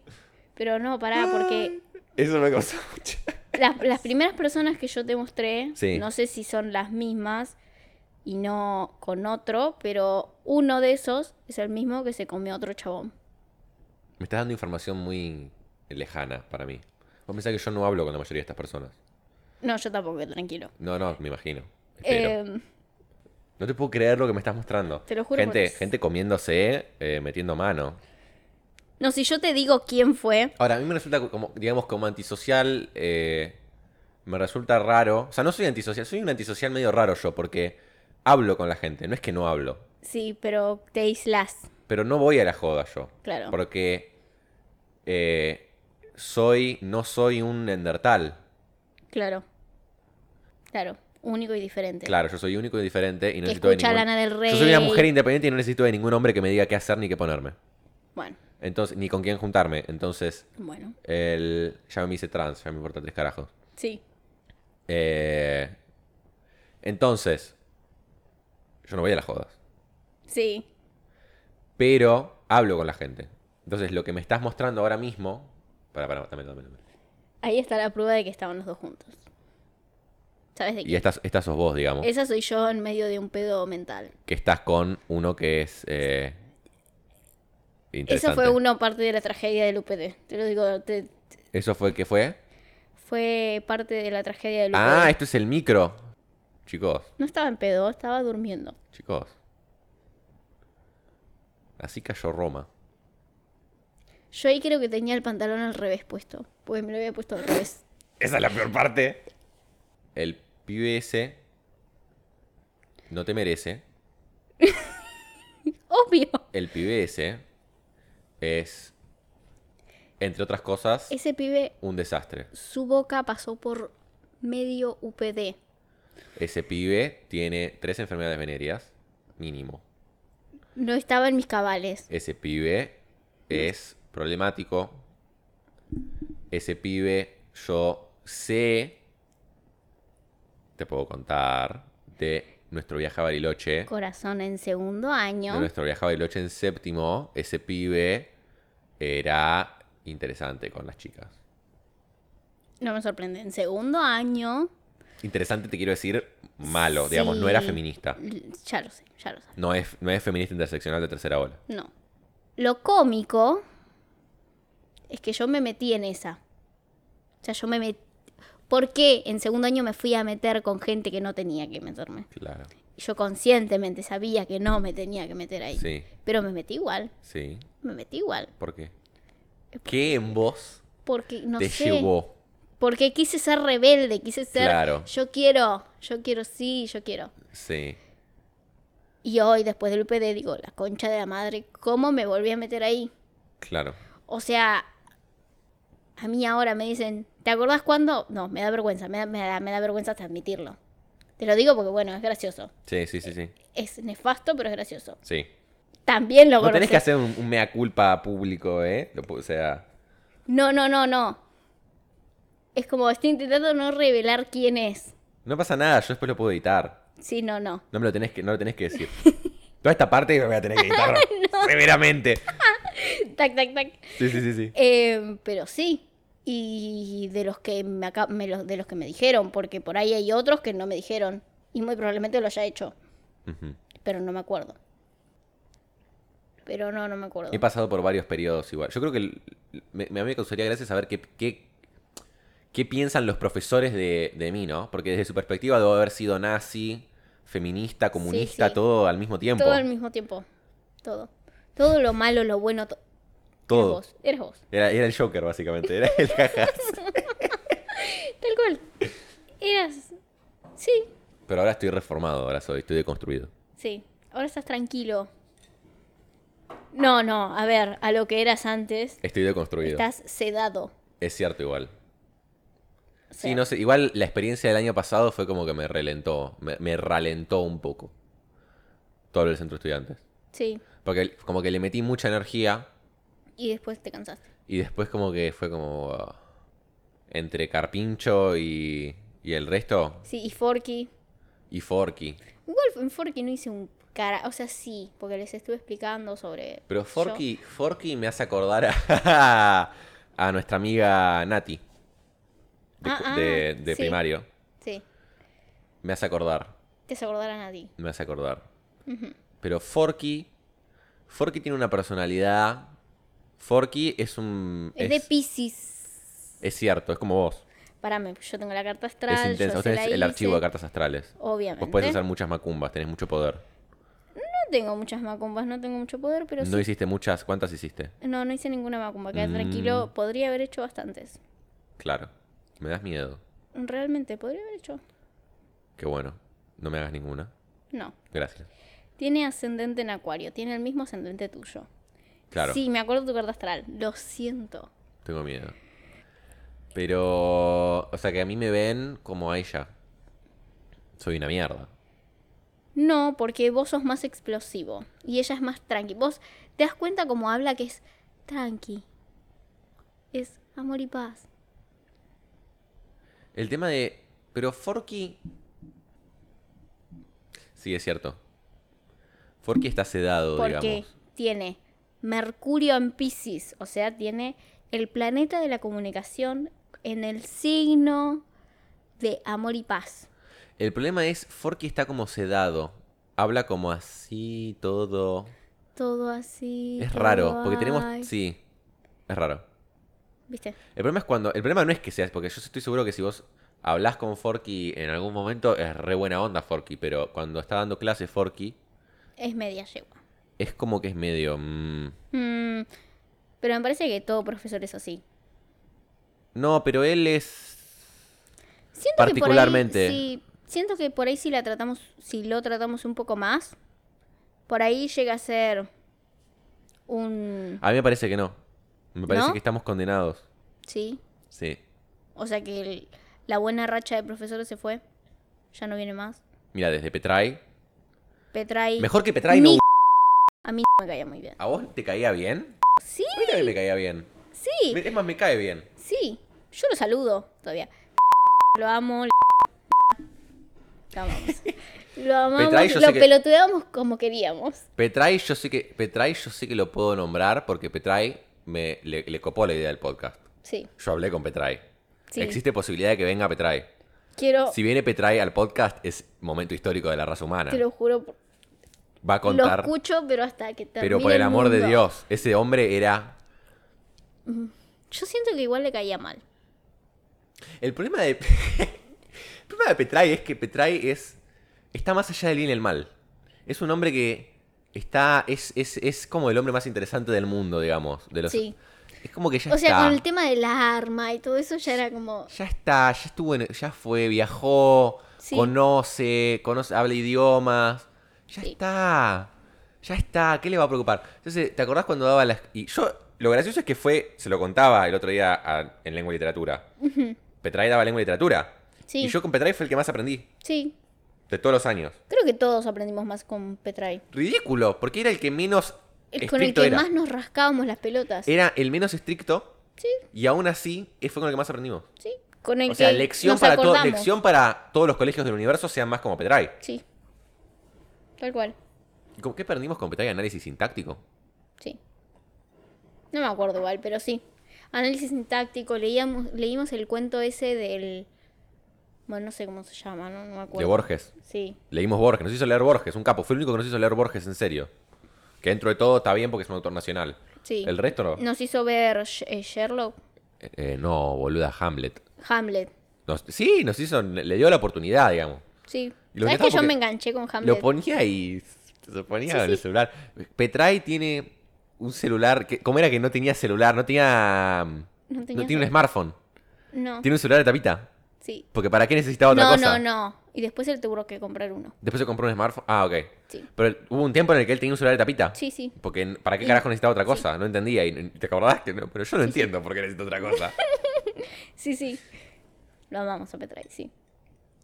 [SPEAKER 2] Pero no, pará, porque
[SPEAKER 1] Eso me causó mucha.
[SPEAKER 2] las, las primeras personas que yo te mostré,
[SPEAKER 1] Sí.
[SPEAKER 2] no sé si son las mismas y no con otro, pero uno de esos es el mismo que se comió otro chabón.
[SPEAKER 1] Me estás dando información muy lejana para mí. Vos pensás que yo no hablo con la mayoría de estas personas.
[SPEAKER 2] No, yo tampoco, tranquilo.
[SPEAKER 1] No, no, me imagino. Espero.
[SPEAKER 2] Em,
[SPEAKER 1] No te puedo creer lo que me estás mostrando.
[SPEAKER 2] Te lo juro por
[SPEAKER 1] Gente,
[SPEAKER 2] Dios.
[SPEAKER 1] gente comiéndose, eh, metiendo mano.
[SPEAKER 2] no, si yo te digo quién fue,
[SPEAKER 1] Ahora, a mí me resulta como, digamos, como antisocial, eh, me resulta raro. O sea, no soy antisocial, soy un antisocial medio raro yo, porque hablo con la gente, no es que no hablo.
[SPEAKER 2] sí, pero te aislás.
[SPEAKER 1] Pero no voy a la joda yo.
[SPEAKER 2] Claro.
[SPEAKER 1] Porque eh, soy, no soy un Nendertal.
[SPEAKER 2] Claro. Claro, único y diferente.
[SPEAKER 1] Claro, yo soy único y diferente y no
[SPEAKER 2] Que
[SPEAKER 1] necesito de
[SPEAKER 2] escucha a
[SPEAKER 1] ningún...
[SPEAKER 2] Lana del
[SPEAKER 1] Yo soy una
[SPEAKER 2] Rey.
[SPEAKER 1] mujer independiente y no necesito de ningún hombre que me diga qué hacer ni qué ponerme.
[SPEAKER 2] Bueno,
[SPEAKER 1] Entonces, ni con quién juntarme. Entonces,
[SPEAKER 2] bueno,
[SPEAKER 1] el... ya me hice trans, ya me importa tres carajos.
[SPEAKER 2] sí.
[SPEAKER 1] Eh, Entonces, yo no voy a las jodas,
[SPEAKER 2] Sí,
[SPEAKER 1] pero hablo con la gente. Entonces, lo que me estás mostrando ahora mismo. Para, para, dame, dame, dame.
[SPEAKER 2] ahí está la prueba de que estaban los dos juntos. ¿Sabes de
[SPEAKER 1] Y
[SPEAKER 2] qué?
[SPEAKER 1] esta, esta sos vos, digamos.
[SPEAKER 2] Esa soy yo en medio de un pedo mental.
[SPEAKER 1] Que estás con uno que es. eh, interesante.
[SPEAKER 2] Eso fue una parte de la tragedia del UPD. Te lo digo, te- te-
[SPEAKER 1] ¿Eso fue que fue?
[SPEAKER 2] fue parte de la tragedia del UPD.
[SPEAKER 1] Ah, esto es el micro. Chicos,
[SPEAKER 2] No estaba en pedo, estaba durmiendo.
[SPEAKER 1] chicos. Así cayó Roma.
[SPEAKER 2] Yo ahí creo que tenía el pantalón al revés puesto. Porque me lo había puesto al revés.
[SPEAKER 1] Esa es la peor parte. El pibe ese no te merece.
[SPEAKER 2] Obvio.
[SPEAKER 1] El pibe ese es, entre otras cosas,
[SPEAKER 2] Ese pibe,
[SPEAKER 1] un desastre.
[SPEAKER 2] su boca pasó por medio UPD.
[SPEAKER 1] Ese pibe tiene tres enfermedades venéreas, mínimo.
[SPEAKER 2] No estaba en mis cabales.
[SPEAKER 1] Ese pibe es problemático. Ese pibe, yo sé, te puedo contar, de nuestro viaje a Bariloche.
[SPEAKER 2] Corazón en segundo año.
[SPEAKER 1] de nuestro viaje a Bariloche en séptimo, ese pibe era interesante con las chicas.
[SPEAKER 2] No me sorprende. En segundo año.
[SPEAKER 1] Interesante te quiero decir malo,
[SPEAKER 2] sí.
[SPEAKER 1] digamos, no era feminista.
[SPEAKER 2] L- Ya lo sé, ya lo sé.
[SPEAKER 1] No es, no es feminista interseccional de tercera ola.
[SPEAKER 2] No. Lo cómico es que yo me metí en esa. O sea, yo me metí. ¿Por qué en segundo año me fui a meter con gente que no tenía que meterme?
[SPEAKER 1] Claro.
[SPEAKER 2] Yo conscientemente sabía que no me tenía que meter ahí.
[SPEAKER 1] Sí,
[SPEAKER 2] Pero me metí igual.
[SPEAKER 1] sí.
[SPEAKER 2] Me metí igual.
[SPEAKER 1] ¿Por qué? ¿Qué en vos
[SPEAKER 2] Porque no
[SPEAKER 1] te
[SPEAKER 2] sé.
[SPEAKER 1] llevó?
[SPEAKER 2] Porque quise ser rebelde, quise ser.
[SPEAKER 1] Claro.
[SPEAKER 2] Yo quiero, yo quiero, sí, yo quiero.
[SPEAKER 1] Sí.
[SPEAKER 2] Y hoy, después del UPD, digo, la concha de la madre, ¿cómo me volví a meter ahí?
[SPEAKER 1] Claro.
[SPEAKER 2] O sea, a mí ahora me dicen, ¿te acordás cuándo? No, me da vergüenza, me da, me da- me da vergüenza hasta admitirlo. Te lo digo porque, bueno, es gracioso.
[SPEAKER 1] Sí, sí, sí, sí.
[SPEAKER 2] Es nefasto, pero es gracioso.
[SPEAKER 1] Sí.
[SPEAKER 2] También lo
[SPEAKER 1] No
[SPEAKER 2] conoces.
[SPEAKER 1] tenés que hacer un, un mea culpa público, ¿eh? Lo pu- O sea,
[SPEAKER 2] No, no, no, no. Es como, estoy intentando no revelar quién es.
[SPEAKER 1] no pasa nada, yo después lo puedo editar.
[SPEAKER 2] Sí, no, no.
[SPEAKER 1] No me lo tenés que, no lo tenés que decir. Toda esta parte me voy a tener que editar severamente.
[SPEAKER 2] Tac, tac, tac.
[SPEAKER 1] Sí, sí, sí, sí.
[SPEAKER 2] Eh, pero sí. Y de los que me, acá- me los- de los que me dijeron, porque por ahí hay otros que no me dijeron. Y muy probablemente lo haya hecho.
[SPEAKER 1] Ujú.
[SPEAKER 2] pero no me acuerdo. Pero no, no me acuerdo.
[SPEAKER 1] He pasado por varios periodos igual. Yo creo que el- me, me- a mí me causaría gracia saber qué, qué, qué piensan los profesores de, de mí, ¿no? Porque desde su perspectiva debo haber sido nazi, feminista, comunista,
[SPEAKER 2] sí.
[SPEAKER 1] todo al mismo tiempo.
[SPEAKER 2] Todo al mismo tiempo. Todo. Todo lo malo, lo bueno, to-
[SPEAKER 1] Todo.
[SPEAKER 2] Eres vos. Eres vos.
[SPEAKER 1] Era, era el Joker, básicamente. Era el jajas.
[SPEAKER 2] Tal cual. Eras. Sí,
[SPEAKER 1] Pero ahora estoy reformado, ahora soy, estoy deconstruido.
[SPEAKER 2] sí. Ahora estás tranquilo. No, no, a ver, a lo que eras antes,
[SPEAKER 1] Estoy deconstruido.
[SPEAKER 2] estás sedado.
[SPEAKER 1] Es cierto igual.
[SPEAKER 2] O
[SPEAKER 1] Sí,
[SPEAKER 2] sea,
[SPEAKER 1] no sé. Igual la experiencia del año pasado fue como que me relentó. Me, me ralentó un poco. Todo el centro de estudiantes.
[SPEAKER 2] Sí.
[SPEAKER 1] Porque como que le metí mucha energía
[SPEAKER 2] Y después te cansaste.
[SPEAKER 1] y después como que fue como... ah, entre Carpincho y, y el resto.
[SPEAKER 2] Sí, y Forky.
[SPEAKER 1] Y Forky.
[SPEAKER 2] Igual en Forky no hice un cara. O sea, sí, porque les estuve explicando sobre.
[SPEAKER 1] Pero
[SPEAKER 2] yo.
[SPEAKER 1] Forky, Forky me hace acordar a, a nuestra amiga Nati. De,
[SPEAKER 2] Ah, ah,
[SPEAKER 1] de- de
[SPEAKER 2] sí.
[SPEAKER 1] primario.
[SPEAKER 2] Sí,
[SPEAKER 1] Me hace acordar.
[SPEAKER 2] te se acordarán a ti.
[SPEAKER 1] Me hace acordar. Pero Forky. Forky tiene una personalidad. Forky es un.
[SPEAKER 2] Es, de Pisces.
[SPEAKER 1] es cierto, es como vos.
[SPEAKER 2] Parame, yo tengo la carta astral.
[SPEAKER 1] es intensa.
[SPEAKER 2] yo
[SPEAKER 1] Vos
[SPEAKER 2] se
[SPEAKER 1] tenés
[SPEAKER 2] la
[SPEAKER 1] el archivo
[SPEAKER 2] hice.
[SPEAKER 1] de cartas astrales.
[SPEAKER 2] Obviamente.
[SPEAKER 1] Vos podés hacer muchas macumbas, tenés mucho poder.
[SPEAKER 2] No tengo muchas macumbas, no tengo mucho poder, pero
[SPEAKER 1] no Mm.
[SPEAKER 2] sí.
[SPEAKER 1] hiciste muchas. ¿Cuántas hiciste?
[SPEAKER 2] No, no hice ninguna macumba, queda tranquilo. Podría haber hecho bastantes.
[SPEAKER 1] Claro. Me das miedo.
[SPEAKER 2] Realmente, podría haber hecho.
[SPEAKER 1] Qué bueno. No me hagas ninguna.
[SPEAKER 2] No.
[SPEAKER 1] Gracias.
[SPEAKER 2] Tiene ascendente en Acuario, tiene el mismo ascendente tuyo.
[SPEAKER 1] Claro.
[SPEAKER 2] Sí, me acuerdo tu carta astral. Lo siento.
[SPEAKER 1] Tengo miedo. Pero. O sea, que a mí me ven como a ella. Soy una mierda.
[SPEAKER 2] No, porque vos sos más explosivo y ella es más tranqui. Vos te das cuenta como habla que es tranqui. Es amor y paz.
[SPEAKER 1] El tema de. Pero Forky. Sí, es cierto. Forky está sedado,
[SPEAKER 2] Porque
[SPEAKER 1] digamos.
[SPEAKER 2] tiene Mercurio en Pisces, o sea, tiene el planeta de la comunicación en el signo de amor y paz.
[SPEAKER 1] El problema es, Forky está como sedado. Habla como así, todo.
[SPEAKER 2] Todo así.
[SPEAKER 1] Es
[SPEAKER 2] todo
[SPEAKER 1] raro. Porque tenemos.
[SPEAKER 2] ay.
[SPEAKER 1] Sí. Es raro.
[SPEAKER 2] ¿Viste?
[SPEAKER 1] El problema es cuando. El problema no es que seas. Porque yo estoy seguro que si vos hablas con Forky en algún momento, es re buena onda Forky. Pero cuando está dando clases Forky,
[SPEAKER 2] Es media yegua.
[SPEAKER 1] es como que es medio. mm.
[SPEAKER 2] Mm, pero me parece que todo profesor es así.
[SPEAKER 1] No, pero él es.
[SPEAKER 2] Siento que por ahí
[SPEAKER 1] Particularmente.
[SPEAKER 2] sí- siento que por ahí si la tratamos, si lo tratamos un poco más, por ahí llega a ser un
[SPEAKER 1] A mí me parece que no. Me parece
[SPEAKER 2] ¿No?
[SPEAKER 1] que estamos condenados.
[SPEAKER 2] sí.
[SPEAKER 1] Sí.
[SPEAKER 2] O sea que el- la buena racha de profesores se fue. Ya no viene más.
[SPEAKER 1] Mira, desde Petray.
[SPEAKER 2] Petray.
[SPEAKER 1] Mejor que Petray
[SPEAKER 2] Mi-
[SPEAKER 1] no.
[SPEAKER 2] A mí me caía muy bien.
[SPEAKER 1] ¿A vos te caía bien?
[SPEAKER 2] Sí,
[SPEAKER 1] A mí también me caía bien.
[SPEAKER 2] sí,
[SPEAKER 1] Es más, me cae bien.
[SPEAKER 2] sí. Yo lo saludo todavía. Lo amo. Lo lo amamos. Lo
[SPEAKER 1] Petray,
[SPEAKER 2] amamos.
[SPEAKER 1] yo sé
[SPEAKER 2] Lo
[SPEAKER 1] que-
[SPEAKER 2] peloteamos como queríamos.
[SPEAKER 1] Petray yo sé que. Petray yo sé que lo puedo nombrar porque Petray me le, le copó la idea del podcast.
[SPEAKER 2] Sí,
[SPEAKER 1] Yo hablé con Petray.
[SPEAKER 2] Sí.
[SPEAKER 1] Existe posibilidad de que venga Petray.
[SPEAKER 2] quiero.
[SPEAKER 1] Si viene Petray al podcast, es momento histórico de la raza humana.
[SPEAKER 2] Te lo juro. por-
[SPEAKER 1] Va a contar.
[SPEAKER 2] Lo escucho, pero hasta que termine
[SPEAKER 1] Pero por el amor de
[SPEAKER 2] mundo.
[SPEAKER 1] Dios, ese hombre era.
[SPEAKER 2] Yo siento que igual le caía mal.
[SPEAKER 1] El problema de. el problema de Petray es que Petray es. está más allá del bien y el mal. Es un hombre que está. es, es, es como el hombre más interesante del mundo, digamos. De los,
[SPEAKER 2] Sí.
[SPEAKER 1] Es como que ya
[SPEAKER 2] O sea,
[SPEAKER 1] está.
[SPEAKER 2] con el tema del arma y todo eso ya era como...
[SPEAKER 1] Ya está, ya estuvo en- ya fue, viajó,
[SPEAKER 2] Sí.
[SPEAKER 1] conoce, conoce, habla idiomas. Ya
[SPEAKER 2] Sí.
[SPEAKER 1] está. Ya está, ¿qué le va a preocupar? Entonces, ¿te acordás cuando daba las. Y yo, lo gracioso es que fue, se lo contaba el otro día a- en lengua y literatura. Petray daba lengua y literatura.
[SPEAKER 2] Sí.
[SPEAKER 1] Y yo con Petray fue el que más aprendí
[SPEAKER 2] Sí,
[SPEAKER 1] de todos los años.
[SPEAKER 2] creo que todos aprendimos más con Petray.
[SPEAKER 1] Ridículo, porque era el que menos
[SPEAKER 2] El-
[SPEAKER 1] estricto
[SPEAKER 2] Con el que
[SPEAKER 1] era. Eh.
[SPEAKER 2] más nos rascábamos las pelotas.
[SPEAKER 1] Era el menos estricto
[SPEAKER 2] Sí,
[SPEAKER 1] y aún así eh, fue con el que más aprendimos.
[SPEAKER 2] sí. Con el
[SPEAKER 1] O sea,
[SPEAKER 2] que
[SPEAKER 1] lección
[SPEAKER 2] nos
[SPEAKER 1] para, to-
[SPEAKER 2] acordamos.
[SPEAKER 1] lección para todos los colegios del universo sean más como Petray.
[SPEAKER 2] Sí. Tal cual.
[SPEAKER 1] ¿Y con ¿Qué perdimos con Petray? Análisis sintáctico.
[SPEAKER 2] Sí. No me acuerdo igual, pero sí. Análisis sintáctico. Leíamos, leímos el cuento ese del... Bueno, no sé cómo se llama, no, no me acuerdo.
[SPEAKER 1] De Borges.
[SPEAKER 2] Sí.
[SPEAKER 1] Leímos Borges, nos hizo leer Borges, un capo. Fue el único que nos hizo leer Borges en serio. Que dentro de todo está bien porque es un autor nacional.
[SPEAKER 2] Sí.
[SPEAKER 1] El resto no.
[SPEAKER 2] Nos hizo ver Sh- eh, Sherlock,
[SPEAKER 1] Eh, eh, no, boluda, Hamlet.
[SPEAKER 2] Hamlet.
[SPEAKER 1] Nos- sí, nos hizo, le dio la oportunidad, digamos.
[SPEAKER 2] Sí.
[SPEAKER 1] Y lo
[SPEAKER 2] ¿Sabes
[SPEAKER 1] que estaba
[SPEAKER 2] que yo
[SPEAKER 1] porque
[SPEAKER 2] me enganché con Hamlet?
[SPEAKER 1] Lo ponía y Se ponía
[SPEAKER 2] Sí,
[SPEAKER 1] con el
[SPEAKER 2] sí.
[SPEAKER 1] celular. Petray tiene un celular. Que, ¿Cómo era que no tenía celular? No tenía. mm,
[SPEAKER 2] No
[SPEAKER 1] No,
[SPEAKER 2] tenía
[SPEAKER 1] tiene un
[SPEAKER 2] cel-
[SPEAKER 1] smartphone.
[SPEAKER 2] No,
[SPEAKER 1] Tiene un celular de tapita.
[SPEAKER 2] sí.
[SPEAKER 1] Porque ¿para qué necesitaba otra
[SPEAKER 2] No,
[SPEAKER 1] cosa?
[SPEAKER 2] no, no. Y después él tuvo que comprar uno.
[SPEAKER 1] Después se compró un smartphone. Ah, ok.
[SPEAKER 2] Sí.
[SPEAKER 1] Pero hubo un tiempo en el que él tenía un celular de tapita.
[SPEAKER 2] Sí, sí.
[SPEAKER 1] Porque n- ¿para qué
[SPEAKER 2] Y-
[SPEAKER 1] carajo necesitaba otra cosa? No entendía. Y, ¿Te acordás que no? Pero yo no entiendo por qué necesito otra cosa.
[SPEAKER 2] Sí, sí. Lo amamos a Petray, sí.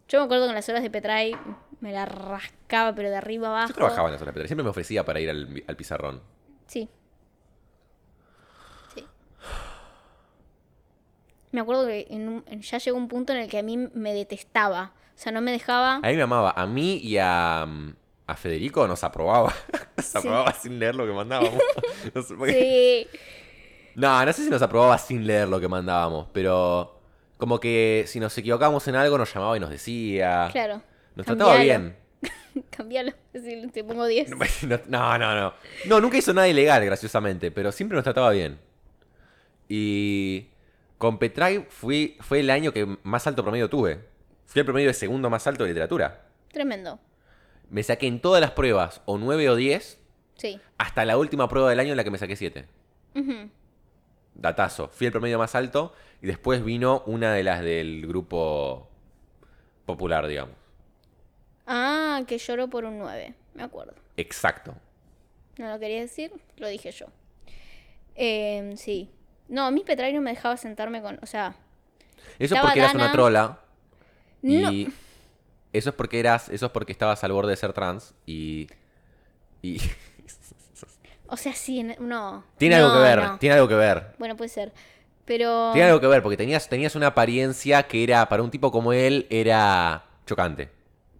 [SPEAKER 2] Yo me acuerdo que en las horas de Petray me la rascaba, pero de arriba abajo.
[SPEAKER 1] Yo trabajaba en la zona de Petray. Siempre me ofrecía para ir al, al pizarrón.
[SPEAKER 2] Sí. Sí. Me acuerdo que en un- en- ya llegó un punto en el que a mí me detestaba. O sea, no me dejaba.
[SPEAKER 1] A mí me amaba. A mí y a, mm, a Federico nos aprobaba. Nos
[SPEAKER 2] Sí.
[SPEAKER 1] aprobaba sin leer lo que mandábamos. No sé por qué.
[SPEAKER 2] Sí.
[SPEAKER 1] No, no sé si nos aprobaba sin leer lo que mandábamos, pero como que si nos equivocábamos en algo nos llamaba y nos decía.
[SPEAKER 2] Claro.
[SPEAKER 1] Nos trataba
[SPEAKER 2] Cambialo.
[SPEAKER 1] bien.
[SPEAKER 2] Cambialo. Es decir, te pongo 10.
[SPEAKER 1] No, no, no. No, nunca hizo nada ilegal, graciosamente, pero siempre nos trataba bien. Y con Petray fui, fue el año que más alto promedio tuve. Fui el promedio de segundo más alto de literatura.
[SPEAKER 2] Tremendo.
[SPEAKER 1] Me saqué en todas las pruebas, o 9 o 10,
[SPEAKER 2] Sí.
[SPEAKER 1] hasta la última prueba del año en la que me saqué 7.
[SPEAKER 2] Ujú.
[SPEAKER 1] datazo, fui el promedio más alto y después vino una de las del grupo popular, digamos.
[SPEAKER 2] Ah, que lloró por un 9. Me acuerdo.
[SPEAKER 1] Exacto.
[SPEAKER 2] No lo quería decir, lo dije yo. Em, sí. No, a mí Petray no me dejaba sentarme con. O sea.
[SPEAKER 1] Eso es
[SPEAKER 2] Estaba
[SPEAKER 1] porque eras
[SPEAKER 2] Dana.
[SPEAKER 1] una trola
[SPEAKER 2] No.
[SPEAKER 1] y eso es porque eras, eso es porque estabas al borde de ser trans y y
[SPEAKER 2] O sea, sí, en- no.
[SPEAKER 1] tiene algo
[SPEAKER 2] No,
[SPEAKER 1] que ver,
[SPEAKER 2] no.
[SPEAKER 1] tiene algo que ver.
[SPEAKER 2] Bueno, puede ser. Pero.
[SPEAKER 1] Tiene algo que ver porque tenías tenías una apariencia que era para un tipo como él era chocante.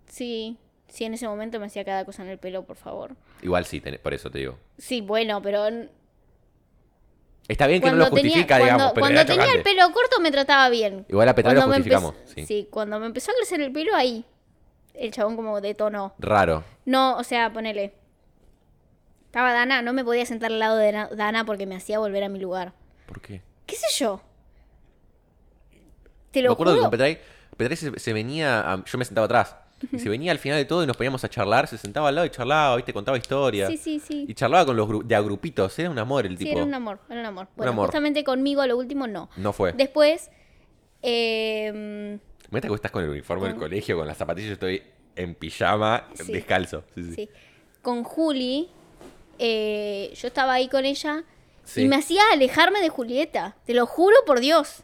[SPEAKER 2] Sí. Sí, en ese momento me hacía cada cosa en el pelo, por favor.
[SPEAKER 1] Igual sí, tenés- por eso te digo.
[SPEAKER 2] Sí, bueno, pero. n-
[SPEAKER 1] Está bien que no lo justifica,
[SPEAKER 2] cuando,
[SPEAKER 1] digamos, pero
[SPEAKER 2] cuando
[SPEAKER 1] era
[SPEAKER 2] tenía el
[SPEAKER 1] chocante.
[SPEAKER 2] pelo corto me trataba bien.
[SPEAKER 1] Igual a Petray lo
[SPEAKER 2] Cuando me empe-
[SPEAKER 1] justificamos, sí.
[SPEAKER 2] cuando me empezó a crecer el pelo, ahí. El chabón como detonó.
[SPEAKER 1] Raro.
[SPEAKER 2] No, o sea, ponele. Estaba Dana, no me podía sentar al lado de Na- Dana porque me hacía volver a mi lugar.
[SPEAKER 1] ¿Por qué?
[SPEAKER 2] ¿Qué sé yo? Te
[SPEAKER 1] Me
[SPEAKER 2] lo
[SPEAKER 1] acuerdo que
[SPEAKER 2] juro.
[SPEAKER 1] con Petray, Petray se, se venía, a- yo me sentaba atrás, y se venía al final de todo y nos poníamos a charlar, se sentaba al lado y charlaba, ¿viste? contaba historias.
[SPEAKER 2] Sí, sí, sí.
[SPEAKER 1] Y charlaba con los gru- de agrupitos, era un amor el
[SPEAKER 2] Sí,
[SPEAKER 1] tipo.
[SPEAKER 2] era un amor, era un amor. Bueno,
[SPEAKER 1] amor.
[SPEAKER 2] justamente conmigo a lo último no.
[SPEAKER 1] No fue.
[SPEAKER 2] Después, eh,
[SPEAKER 1] Me que estás con el uniforme del
[SPEAKER 2] Con-
[SPEAKER 1] colegio, con las zapatillas, yo estoy en pijama,
[SPEAKER 2] Sí.
[SPEAKER 1] descalzo. Sí, sí.
[SPEAKER 2] sí, con Juli, eh, yo estaba ahí con ella
[SPEAKER 1] Sí.
[SPEAKER 2] y me hacía alejarme de Julieta, te lo juro por Dios.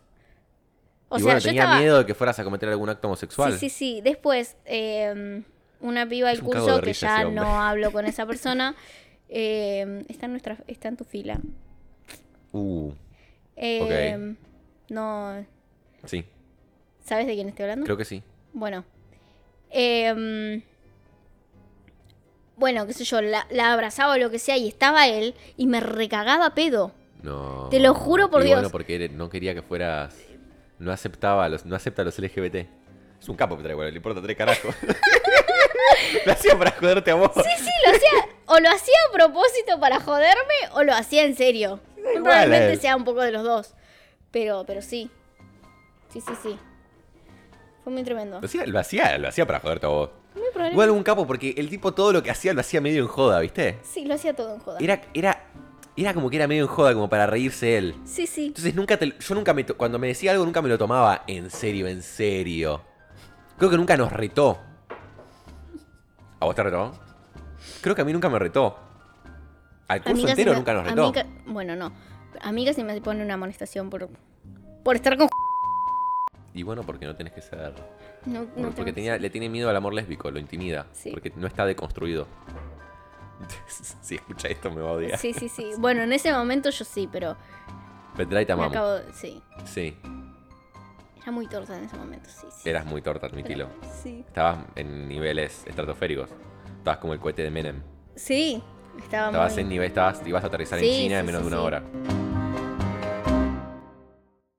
[SPEAKER 2] O
[SPEAKER 1] y
[SPEAKER 2] sea,
[SPEAKER 1] bueno,
[SPEAKER 2] yo
[SPEAKER 1] tenía
[SPEAKER 2] estaba...
[SPEAKER 1] miedo de que fueras a cometer algún acto homosexual.
[SPEAKER 2] Sí, sí, sí. Después, eh, una piba
[SPEAKER 1] Es
[SPEAKER 2] del
[SPEAKER 1] un cago de
[SPEAKER 2] curso que
[SPEAKER 1] risa
[SPEAKER 2] ya
[SPEAKER 1] ese hombre.
[SPEAKER 2] no hablo con esa persona, eh, está, en nuestra, está en tu fila.
[SPEAKER 1] Uh,
[SPEAKER 2] Eh, No,
[SPEAKER 1] sí,
[SPEAKER 2] ¿sabes de quién estoy hablando?
[SPEAKER 1] creo que sí.
[SPEAKER 2] Bueno. Em, bueno, qué sé yo, la, la abrazaba o lo que sea y estaba él y me recagaba a pedo.
[SPEAKER 1] No.
[SPEAKER 2] Te lo juro por
[SPEAKER 1] Y Bueno,
[SPEAKER 2] Dios.
[SPEAKER 1] porque eres- no quería que fueras. No aceptaba a los, no acepta a los LGBT. Es un capo Petray, bueno, le importa tres carajos. lo hacía para joderte a vos.
[SPEAKER 2] Sí, sí, lo hacía. o lo hacía a propósito para joderme o lo hacía en serio.
[SPEAKER 1] igual,
[SPEAKER 2] Probablemente
[SPEAKER 1] eh.
[SPEAKER 2] sea un poco de los dos. Pero, pero sí. Sí, sí, sí. Fue muy tremendo.
[SPEAKER 1] Lo hacía, lo hacía, lo hacía para joderte a vos.
[SPEAKER 2] Muy probable.
[SPEAKER 1] Igual un capo, porque el tipo todo lo que hacía lo hacía medio en joda, ¿viste?
[SPEAKER 2] Sí, lo hacía todo en joda.
[SPEAKER 1] Era, era, era como que era medio en joda, como para reírse él.
[SPEAKER 2] Sí, sí.
[SPEAKER 1] Entonces nunca te, yo nunca me, to- cuando me decía algo nunca me lo tomaba en serio, en serio. Creo que nunca nos retó. ¿A vos te retó? Creo que a mí nunca me retó. Al
[SPEAKER 2] A mí
[SPEAKER 1] curso
[SPEAKER 2] casi
[SPEAKER 1] entero
[SPEAKER 2] me-
[SPEAKER 1] nunca nos
[SPEAKER 2] a
[SPEAKER 1] retó.
[SPEAKER 2] mí ca- bueno, no. A mí casi me pone una amonestación por, por estar con...
[SPEAKER 1] Y bueno, porque no tenés que ser.
[SPEAKER 2] No,
[SPEAKER 1] por-
[SPEAKER 2] no
[SPEAKER 1] porque
[SPEAKER 2] tengo-
[SPEAKER 1] tenía, le tiene miedo al amor lésbico, lo intimida.
[SPEAKER 2] Sí.
[SPEAKER 1] Porque no está deconstruido. si escucha esto me va a odiar.
[SPEAKER 2] Sí, sí, sí. Bueno, en ese momento yo sí, pero
[SPEAKER 1] Petray te
[SPEAKER 2] me
[SPEAKER 1] amamos.
[SPEAKER 2] acabo de... Sí.
[SPEAKER 1] Sí.
[SPEAKER 2] Era muy torta en ese momento, sí. sí
[SPEAKER 1] Eras muy torta, admitilo.
[SPEAKER 2] Sí.
[SPEAKER 1] Estabas en niveles estratosféricos. Estabas como el cohete de Menem.
[SPEAKER 2] Sí. Estaba
[SPEAKER 1] Estabas
[SPEAKER 2] muy-
[SPEAKER 1] en nivel, estabas, ibas a aterrizar
[SPEAKER 2] Sí,
[SPEAKER 1] en China
[SPEAKER 2] sí,
[SPEAKER 1] en menos
[SPEAKER 2] sí,
[SPEAKER 1] de una
[SPEAKER 2] sí.
[SPEAKER 1] hora.